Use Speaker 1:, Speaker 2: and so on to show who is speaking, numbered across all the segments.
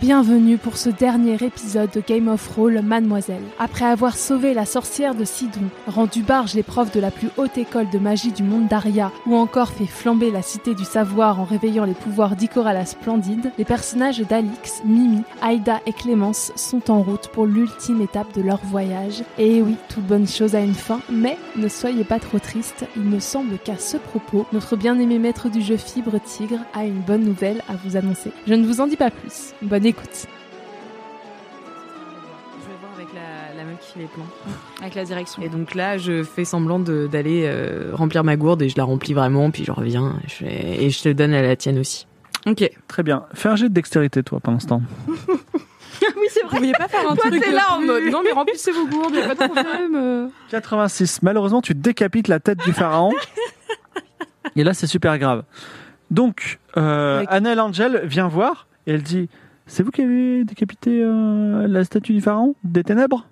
Speaker 1: Bienvenue pour ce dernier épisode de Game of Roll Mademoiselle. Après avoir sauvé la sorcière de Sidon, rendu barge l'épreuve de la plus haute école de magie du monde d'Aria, ou encore fait flamber la cité du savoir en réveillant les pouvoirs d'Icora la Splendide, les personnages d'Alix, Mimi, Aïda et Clémence sont en route pour l'ultime étape de leur voyage. Et oui, toute bonne chose a une fin, mais ne soyez pas trop tristes, il me semble qu'à ce propos, notre bien-aimé maître du jeu Fibre Tigre a une bonne nouvelle à vous annoncer. Je ne vous en dis pas plus. Bonne écoute.
Speaker 2: Je vais voir avec la, la meuf qui fait les plans. Avec la direction. Et donc là, je fais semblant de- d'aller euh, remplir ma gourde et je la remplis vraiment, puis je reviens et je, fais- et je te donne à la tienne aussi.
Speaker 3: Ok.
Speaker 4: Très bien. Fais un jet de dextérité, toi, pendant ce temps.
Speaker 2: oui, Ah, c'est vrai. Vous pouviez pas faire un truc là en mode. Non, mais remplissez vos gourdes, y'a pas de problème.
Speaker 4: 86. Malheureusement, tu décapites la tête du pharaon. Et là, c'est super grave. Donc, euh,
Speaker 3: Avec-
Speaker 4: Annelle Angel vient voir et elle dit C'est vous qui avez décapité euh, la statue du pharaon des ténèbres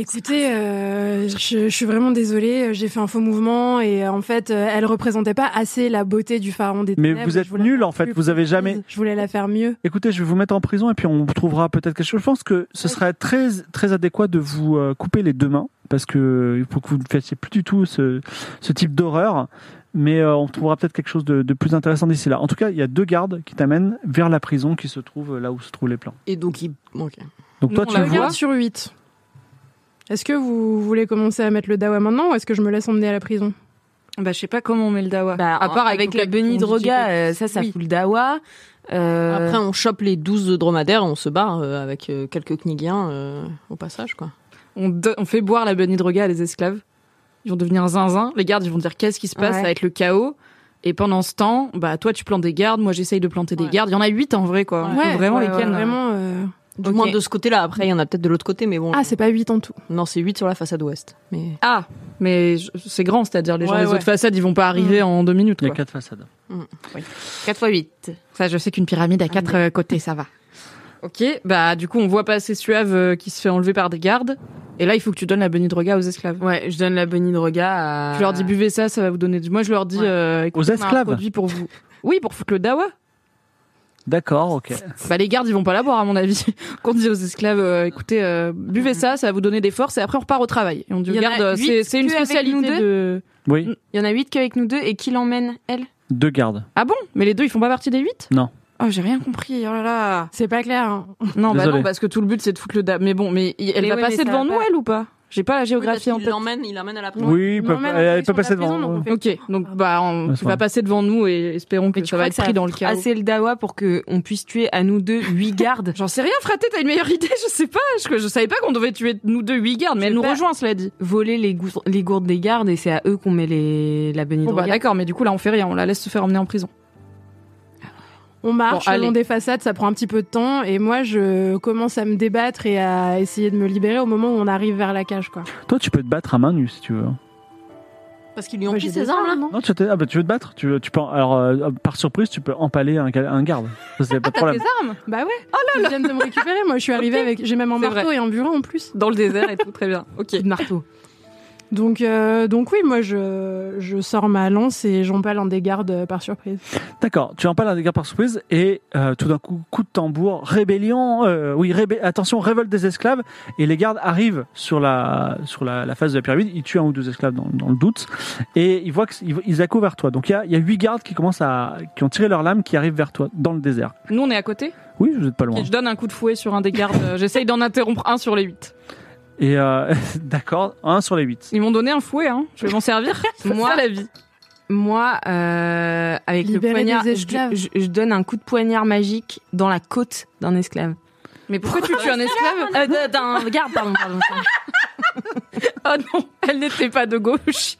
Speaker 5: Écoutez, euh, je, je suis vraiment désolée, j'ai fait un faux mouvement et euh, en fait, euh, elle représentait pas assez la beauté du pharaon des
Speaker 4: Mais
Speaker 5: ténèbres.
Speaker 4: vous êtes
Speaker 5: Je voulais
Speaker 4: nul en
Speaker 5: la
Speaker 4: fait.
Speaker 5: faire
Speaker 4: Vous avez
Speaker 5: plus
Speaker 4: jamais.
Speaker 5: prise, Je voulais la faire mieux.
Speaker 4: Écoutez, je vais vous mettre en prison et puis on trouvera peut-être quelque chose. Je pense que ce serait très, très adéquat de vous euh, couper les deux mains parce que euh, pour que vous ne fassiez plus du tout ce, ce type d'horreur. Mais euh, on trouvera peut-être quelque chose de, de plus intéressant d'ici là. En tout cas, il y a deux gardes qui t'amènent vers la prison qui se trouve euh, là où se trouvent les plans.
Speaker 3: Et donc, il. Ok.
Speaker 4: Donc
Speaker 2: Nous,
Speaker 4: toi,
Speaker 2: on
Speaker 4: tu
Speaker 2: la
Speaker 4: le vois.
Speaker 2: voit
Speaker 5: Regarde sur 8. Est-ce que vous voulez commencer à mettre le dawa maintenant ou est-ce que je me laisse emmener à la prison
Speaker 3: Bah, je sais pas comment on met le dawa.
Speaker 2: à part Bah, avec, la Benny Droga, euh, ça, ça
Speaker 3: Oui.
Speaker 2: fout le dawa. Euh,
Speaker 3: Après, on chope les 12 dromadaires et on se barre euh, avec euh, quelques Knigiens euh, au passage, quoi.
Speaker 6: on, do- on fait boire la bonne droga à les esclaves. Ils vont devenir zinzin. Les gardes, ils vont dire qu'est-ce qui se passe,
Speaker 3: Ouais.
Speaker 6: ça va être le chaos. Et pendant ce temps, bah toi tu plantes des gardes, moi j'essaye de planter
Speaker 3: Ouais.
Speaker 6: des gardes. Il y en a huit en vrai quoi. On peut vraiment les ken.
Speaker 5: Vraiment, euh,
Speaker 3: Du
Speaker 6: Ok.
Speaker 3: moins de ce côté-là. Après, il y en a peut-être de l'autre côté, mais bon.
Speaker 5: Ah, c'est pas 8 en tout.
Speaker 3: Non, c'est 8 sur la façade ouest. Mais
Speaker 6: Ah, mais je- c'est grand, c'est-à-dire les gens
Speaker 3: Ouais,
Speaker 6: des
Speaker 3: ouais. Mm.
Speaker 6: autres façades, ils vont pas arriver en deux minutes.
Speaker 4: Il y a
Speaker 6: quoi.
Speaker 4: quatre façades.
Speaker 6: 4 fois 8. Ça, je sais qu'une pyramide a quatre euh, côtés, ça va. Ok, bah du coup on voit passer Suave euh, qui se fait enlever par des gardes. Et là, il faut que tu donnes la bonne droga aux esclaves.
Speaker 2: Ouais, je donne la Benny Droga à.
Speaker 6: Tu leur dis buvez ça, ça va vous donner du. Moi je leur dis
Speaker 2: Ouais.
Speaker 6: euh,
Speaker 4: Aux
Speaker 6: écoutez, on a un
Speaker 2: Ah
Speaker 4: esclaves
Speaker 2: bah.
Speaker 6: produit pour vous. Oui, pour foutre le dawa.
Speaker 4: D'accord, ok.
Speaker 6: Bah les gardes ils vont pas la boire à mon avis. Qu'on dit aux esclaves euh, écoutez euh, buvez ça, ça va vous donner des forces et après on repart au travail. Et on dit
Speaker 2: Mm. Il y en
Speaker 6: garde
Speaker 2: a
Speaker 6: euh,
Speaker 2: huit
Speaker 6: c'est c'est une
Speaker 2: que avec nous
Speaker 6: spécialité
Speaker 2: deux
Speaker 6: de
Speaker 4: Oui,
Speaker 2: Il y en a 8 qu'avec nous deux et qui l'emmène, elle
Speaker 4: deux gardes.
Speaker 6: Ah bon Mais les deux ils font pas partie des huit
Speaker 4: Non.
Speaker 6: Oh j'ai rien compris. Oh là là.
Speaker 5: C'est pas clair. hein.
Speaker 6: Non bah
Speaker 4: Désolé.
Speaker 6: non parce que tout le but c'est de foutre le dame. Mais bon mais il- elle
Speaker 2: Mais
Speaker 6: va
Speaker 2: ouais, mais ça
Speaker 6: passer devant
Speaker 2: va
Speaker 6: nous
Speaker 2: pas.
Speaker 6: elle ou pas J'ai pas la géographie en
Speaker 3: il
Speaker 6: tête.
Speaker 3: l'emmène, il l'emmène à la prison.
Speaker 4: Oui, ils
Speaker 5: Non,
Speaker 4: peuvent-
Speaker 5: mais
Speaker 4: elle
Speaker 5: ils
Speaker 4: peut
Speaker 5: sont
Speaker 4: passer
Speaker 5: à la prison,
Speaker 4: devant.
Speaker 5: donc on fait-
Speaker 6: Ok donc bah on,
Speaker 4: Ouais,
Speaker 6: tu
Speaker 4: ça va.
Speaker 6: vas passer devant nous et espérons que
Speaker 2: Ah. Mais
Speaker 6: tu
Speaker 2: tu
Speaker 6: vas
Speaker 2: crois
Speaker 6: être
Speaker 2: que ça
Speaker 6: pris dans le
Speaker 2: Ah,
Speaker 6: chaos.
Speaker 2: c'est le dawa pour qu'on puisse tuer à nous deux 8 gardes.
Speaker 6: J'en sais rien fraté t'as une meilleure idée je sais pas je, je savais pas qu'on devait tuer nous deux huit gardes mais
Speaker 2: Je
Speaker 6: elle
Speaker 2: sais
Speaker 6: nous
Speaker 2: pas.
Speaker 6: rejoint cela dit.
Speaker 2: Voler les, gour- les gourdes des gardes et c'est à eux qu'on met les... la Benny
Speaker 6: Bon bah
Speaker 2: Droga.
Speaker 6: d'accord mais du coup là on fait rien on la laisse se faire emmener en prison.
Speaker 5: On marche
Speaker 6: Bon,
Speaker 5: le long
Speaker 6: allez.
Speaker 5: des façades, ça prend un petit peu de temps et moi je commence à me débattre et à essayer de me libérer au moment où on arrive vers la cage quoi.
Speaker 4: Toi, tu peux te battre à main nue si tu veux.
Speaker 3: Parce qu'ils lui ont
Speaker 5: Moi,
Speaker 3: pris
Speaker 5: j'ai hein.
Speaker 3: ses
Speaker 5: des
Speaker 3: armes, hein. là.
Speaker 5: non
Speaker 4: Non, tu, t'es- ah, bah, tu veux te battre tu, tu peux, Alors, euh, par surprise, tu peux empaler un, gal- un garde. Ça, Ah, c'est pas de problème.
Speaker 6: armes
Speaker 5: Bah ouais.
Speaker 6: Oh
Speaker 5: Ils viennent de me récupérer. Moi, je suis arrivée avec. J'ai même un
Speaker 6: C'est
Speaker 5: marteau et un bureau en plus.
Speaker 6: dans le désert et tout, très bien. Ok.
Speaker 2: marteau.
Speaker 5: Donc, euh, donc oui, moi, je, je sors ma lance et j'empale un des gardes euh, par surprise.
Speaker 4: D'accord, tu empales un dégât par surprise et euh, tout d'un coup, coup de tambour, rébellion, euh, oui, rébé- attention, révolte des esclaves et les gardes arrivent sur la sur la, la face de la pyramide, ils tuent un ou deux esclaves dans, dans le doute et ils voient qu'ils ils accourent vers toi. Donc il y a, il y a huit gardes qui commencent à qui ont tiré leur lame qui arrivent vers toi dans le désert.
Speaker 6: Nous, on est à côté.
Speaker 4: Oui, vous êtes pas loin.
Speaker 6: Et je donne un coup de fouet sur un des gardes. Euh, J'essaye d'en interrompre un sur les huit.
Speaker 4: Et euh, d'accord, un sur les huit.
Speaker 6: Ils m'ont donné un fouet, hein. Je vais m'en servir.
Speaker 2: Moi-
Speaker 6: Moi, la vie.
Speaker 2: Moi, euh, avec
Speaker 5: Libérer
Speaker 2: le poignard,
Speaker 5: des
Speaker 2: je,
Speaker 5: esclaves.
Speaker 2: je- je donne un coup de poignard magique dans la côte d'un esclave.
Speaker 6: Ah, Mais pourquoi tu tues un esclave
Speaker 2: Euh, d'un garde, pardon, pardon.
Speaker 6: Oh non, elle n'était pas de gauche.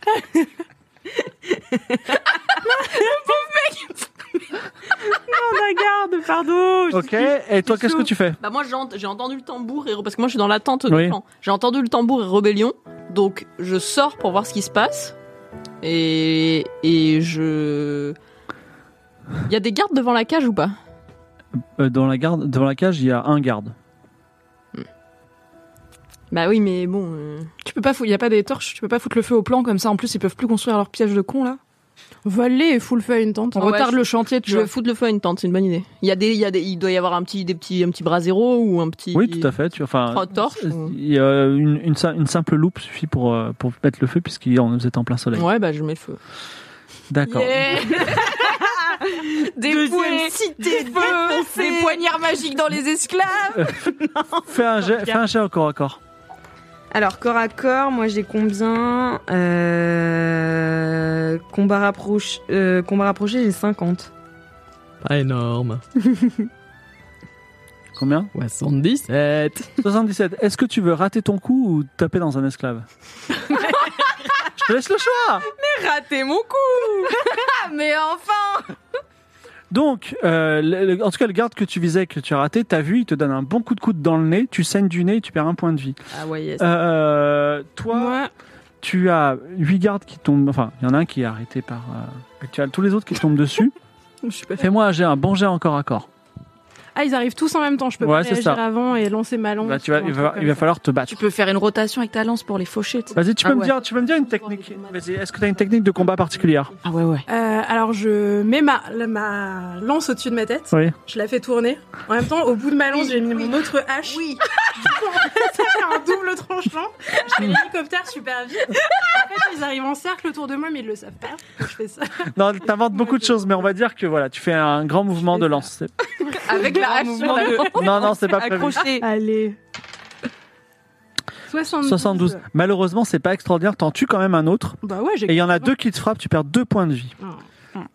Speaker 2: Regarde, pardon.
Speaker 4: Ok, et toi, qu'est-ce que tu fais
Speaker 3: Bah moi j'ai ent- j'ai entendu le tambour et parce que moi je suis dans l'attente
Speaker 4: Oui.
Speaker 3: du plan. J'ai entendu le tambour et rébellion, donc je sors pour voir ce qui se passe et et je. Il y a des gardes devant la cage ou pas
Speaker 4: Euh, dans, la garde, devant la cage, il y a un garde.
Speaker 3: Bah oui mais bon. euh,
Speaker 6: Tu peux pas fou- il y a pas des torches, tu peux pas foutre le feu au plan comme ça. En plus, ils peuvent plus construire leur piège de con là.
Speaker 5: Voler et full feu une tente.
Speaker 6: On
Speaker 3: Ouais,
Speaker 6: retarde
Speaker 3: je-
Speaker 6: le chantier, tu
Speaker 3: Je vais
Speaker 6: vois.
Speaker 3: foutre le feu à une tente, c'est une bonne idée. Il y a des il y a des il doit y avoir un petit des petits un petit bras zéro ou un petit.
Speaker 4: Oui, tout à fait. Tu, enfin,
Speaker 3: Trois torches ou-
Speaker 4: il y a une, une, sim- une simple loupe suffit pour, euh, pour mettre le feu, puisqu'il est en- vous êtes en plein soleil.
Speaker 3: Ouais bah je mets le feu.
Speaker 4: D'accord.
Speaker 6: Deuxième cité de feu,
Speaker 3: défoncée.
Speaker 6: ces poignards magiques dans les esclaves.
Speaker 4: Fais un jet, fais un jet au corps à corps.
Speaker 2: Alors, corps à corps, moi j'ai combien Euh, combat, rapproche... euh, combat rapproché, j'ai 50.
Speaker 7: Pas énorme.
Speaker 4: Combien
Speaker 7: 77.
Speaker 4: 77. Est-ce que tu veux rater ton coup ou taper dans un esclave Je te laisse le choix
Speaker 6: Raté mon coup. Mais enfin.
Speaker 4: Donc, euh, le- le- en tout cas, le garde que tu visais, que tu as raté, t'as vu, il te donne un bon coup de coude dans le nez, tu saignes du nez et tu perds un point de vie.
Speaker 3: Ah ouais yes.
Speaker 4: Euh, toi,
Speaker 5: Moi,
Speaker 4: tu as huit gardes qui tombent. Enfin, il y en a un qui est arrêté par. euh, tu as tous les autres qui tombent dessus.
Speaker 3: Je suis pas
Speaker 4: Fais-moi un jet, un bon jet encore à corps.
Speaker 5: ah, ils arrivent tous en même temps. Je peux
Speaker 4: Ouais,
Speaker 5: pas
Speaker 4: c'est
Speaker 5: réagir
Speaker 4: ça.
Speaker 5: avant et lancer ma lance.
Speaker 4: Bah, tu vas,
Speaker 5: ou un
Speaker 4: il
Speaker 5: truc
Speaker 4: va,
Speaker 5: comme
Speaker 4: il va
Speaker 5: ça.
Speaker 4: falloir te battre.
Speaker 6: Tu peux faire une rotation avec ta lance pour les faucher. tu sais.
Speaker 4: Vas-y, tu peux
Speaker 6: Ah
Speaker 4: me
Speaker 6: ouais.
Speaker 4: dire, tu peux me dire une technique. Vas-y, est-ce que tu as une technique de combat particulière
Speaker 6: Ah ouais ouais.
Speaker 5: Euh, alors je mets ma, la- ma lance au-dessus de ma tête,
Speaker 4: Oui.
Speaker 5: je la fais tourner. En même temps, au bout de ma lance, j'ai mis mon autre hache. Oui. Ça fait un double tranchant. Je fais l'hélicoptère super vite. En fait, ils arrivent en cercle autour de moi, mais ils le savent pas. que Je fais ça.
Speaker 4: Non, t'inventes beaucoup de choses, mais on va dire que voilà, tu fais un grand mouvement de lance.
Speaker 6: Avec la hache sur la
Speaker 4: Non, non, c'est pas prévu.
Speaker 6: accrochée.
Speaker 5: Allez. 72.
Speaker 4: 72. Malheureusement, c'est pas extraordinaire. T'en tues quand même un autre.
Speaker 5: Bah ouais, j'ai.
Speaker 4: Et il y en a deux qui te frappent. Tu perds deux points de vie.
Speaker 6: Ah.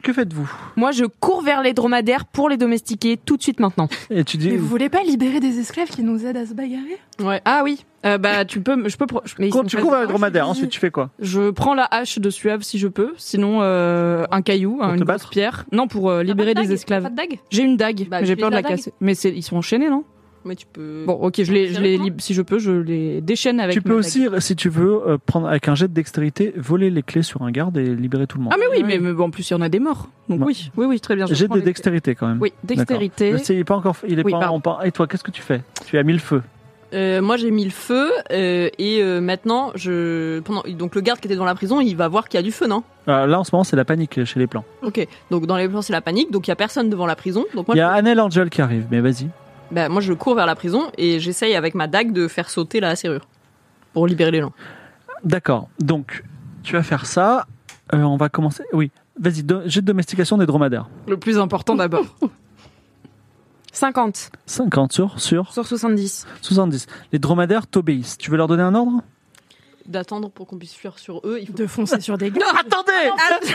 Speaker 4: Que faites-vous
Speaker 6: Moi, je cours vers les dromadaires pour les domestiquer tout de suite maintenant.
Speaker 4: Et tu
Speaker 5: Mais
Speaker 4: dis.
Speaker 5: vous voulez pas libérer des esclaves qui nous aident à se bagarrer
Speaker 6: Ouais. Ah oui. Euh, bah tu peux, je peux. pro- mais ils
Speaker 4: Cours-
Speaker 6: sont
Speaker 4: tu
Speaker 6: pas-
Speaker 4: cours vers le dromadaire. Ensuite, tu fais quoi
Speaker 6: Je prends la hache de Suave si je peux, sinon euh, un caillou, hein,
Speaker 4: te
Speaker 6: une
Speaker 4: battre
Speaker 6: grosse pierre. Non, pour euh, libérer des esclaves.
Speaker 3: Pas de dague
Speaker 6: J'ai une dague,
Speaker 3: Bah,
Speaker 6: mais j'ai
Speaker 3: utilise
Speaker 6: peur de
Speaker 3: la
Speaker 6: la
Speaker 3: dague.
Speaker 6: casser. Mais c'est- ils sont enchaînés, non
Speaker 3: Mais tu peux.
Speaker 6: Bon, ok, je les, je
Speaker 3: Serrez-toi.
Speaker 6: les lib- si je peux, je les déchaîne avec.
Speaker 4: Tu
Speaker 6: ma
Speaker 4: peux
Speaker 6: dague.
Speaker 4: aussi, si tu veux, euh, prendre avec un jet de dextérité, voler les clés sur un garde et libérer tout le monde.
Speaker 6: Ah mais oui, mais, mais bon, en plus il y en a des morts. Donc
Speaker 4: Ouais.
Speaker 6: oui, oui, oui, très bien. je
Speaker 4: Bah. J'ai
Speaker 6: prends
Speaker 4: des
Speaker 6: les-
Speaker 4: dextérités quand même.
Speaker 6: Oui, dextérité.
Speaker 4: Le- c'est- Il est pas encore. Il est
Speaker 6: Oui,
Speaker 4: pas.
Speaker 6: pardon.
Speaker 4: en pan- Et toi, qu'est-ce que tu fais Tu as mis le feu.
Speaker 3: Euh, moi j'ai mis le feu euh, et euh, maintenant je pendant donc le garde qui était dans la prison il va voir qu'il y a du feu non
Speaker 4: Euh, là, en ce moment, c'est la panique chez les plans.
Speaker 3: Ok donc dans les plans c'est la panique donc il y a personne devant la prison donc moi
Speaker 4: Il y a
Speaker 3: je...
Speaker 4: Annel Angel qui arrive, mais vas-y.
Speaker 3: bah, moi je cours vers la prison et j'essaye avec ma dague de faire sauter la serrure pour libérer les gens.
Speaker 4: D'accord. Donc, tu vas faire ça. Euh, on va commencer. Oui. Vas-y, do- jet de domestication des dromadaires.
Speaker 6: Le plus important d'abord.
Speaker 2: 50
Speaker 4: 50 sur, sur
Speaker 2: sur 70.
Speaker 4: 70. Les dromadaires t'obéissent. Tu veux leur donner un ordre
Speaker 3: D'attendre pour qu'on puisse fuir sur eux. Il faut...
Speaker 5: De foncer sur des gars.
Speaker 4: Attendez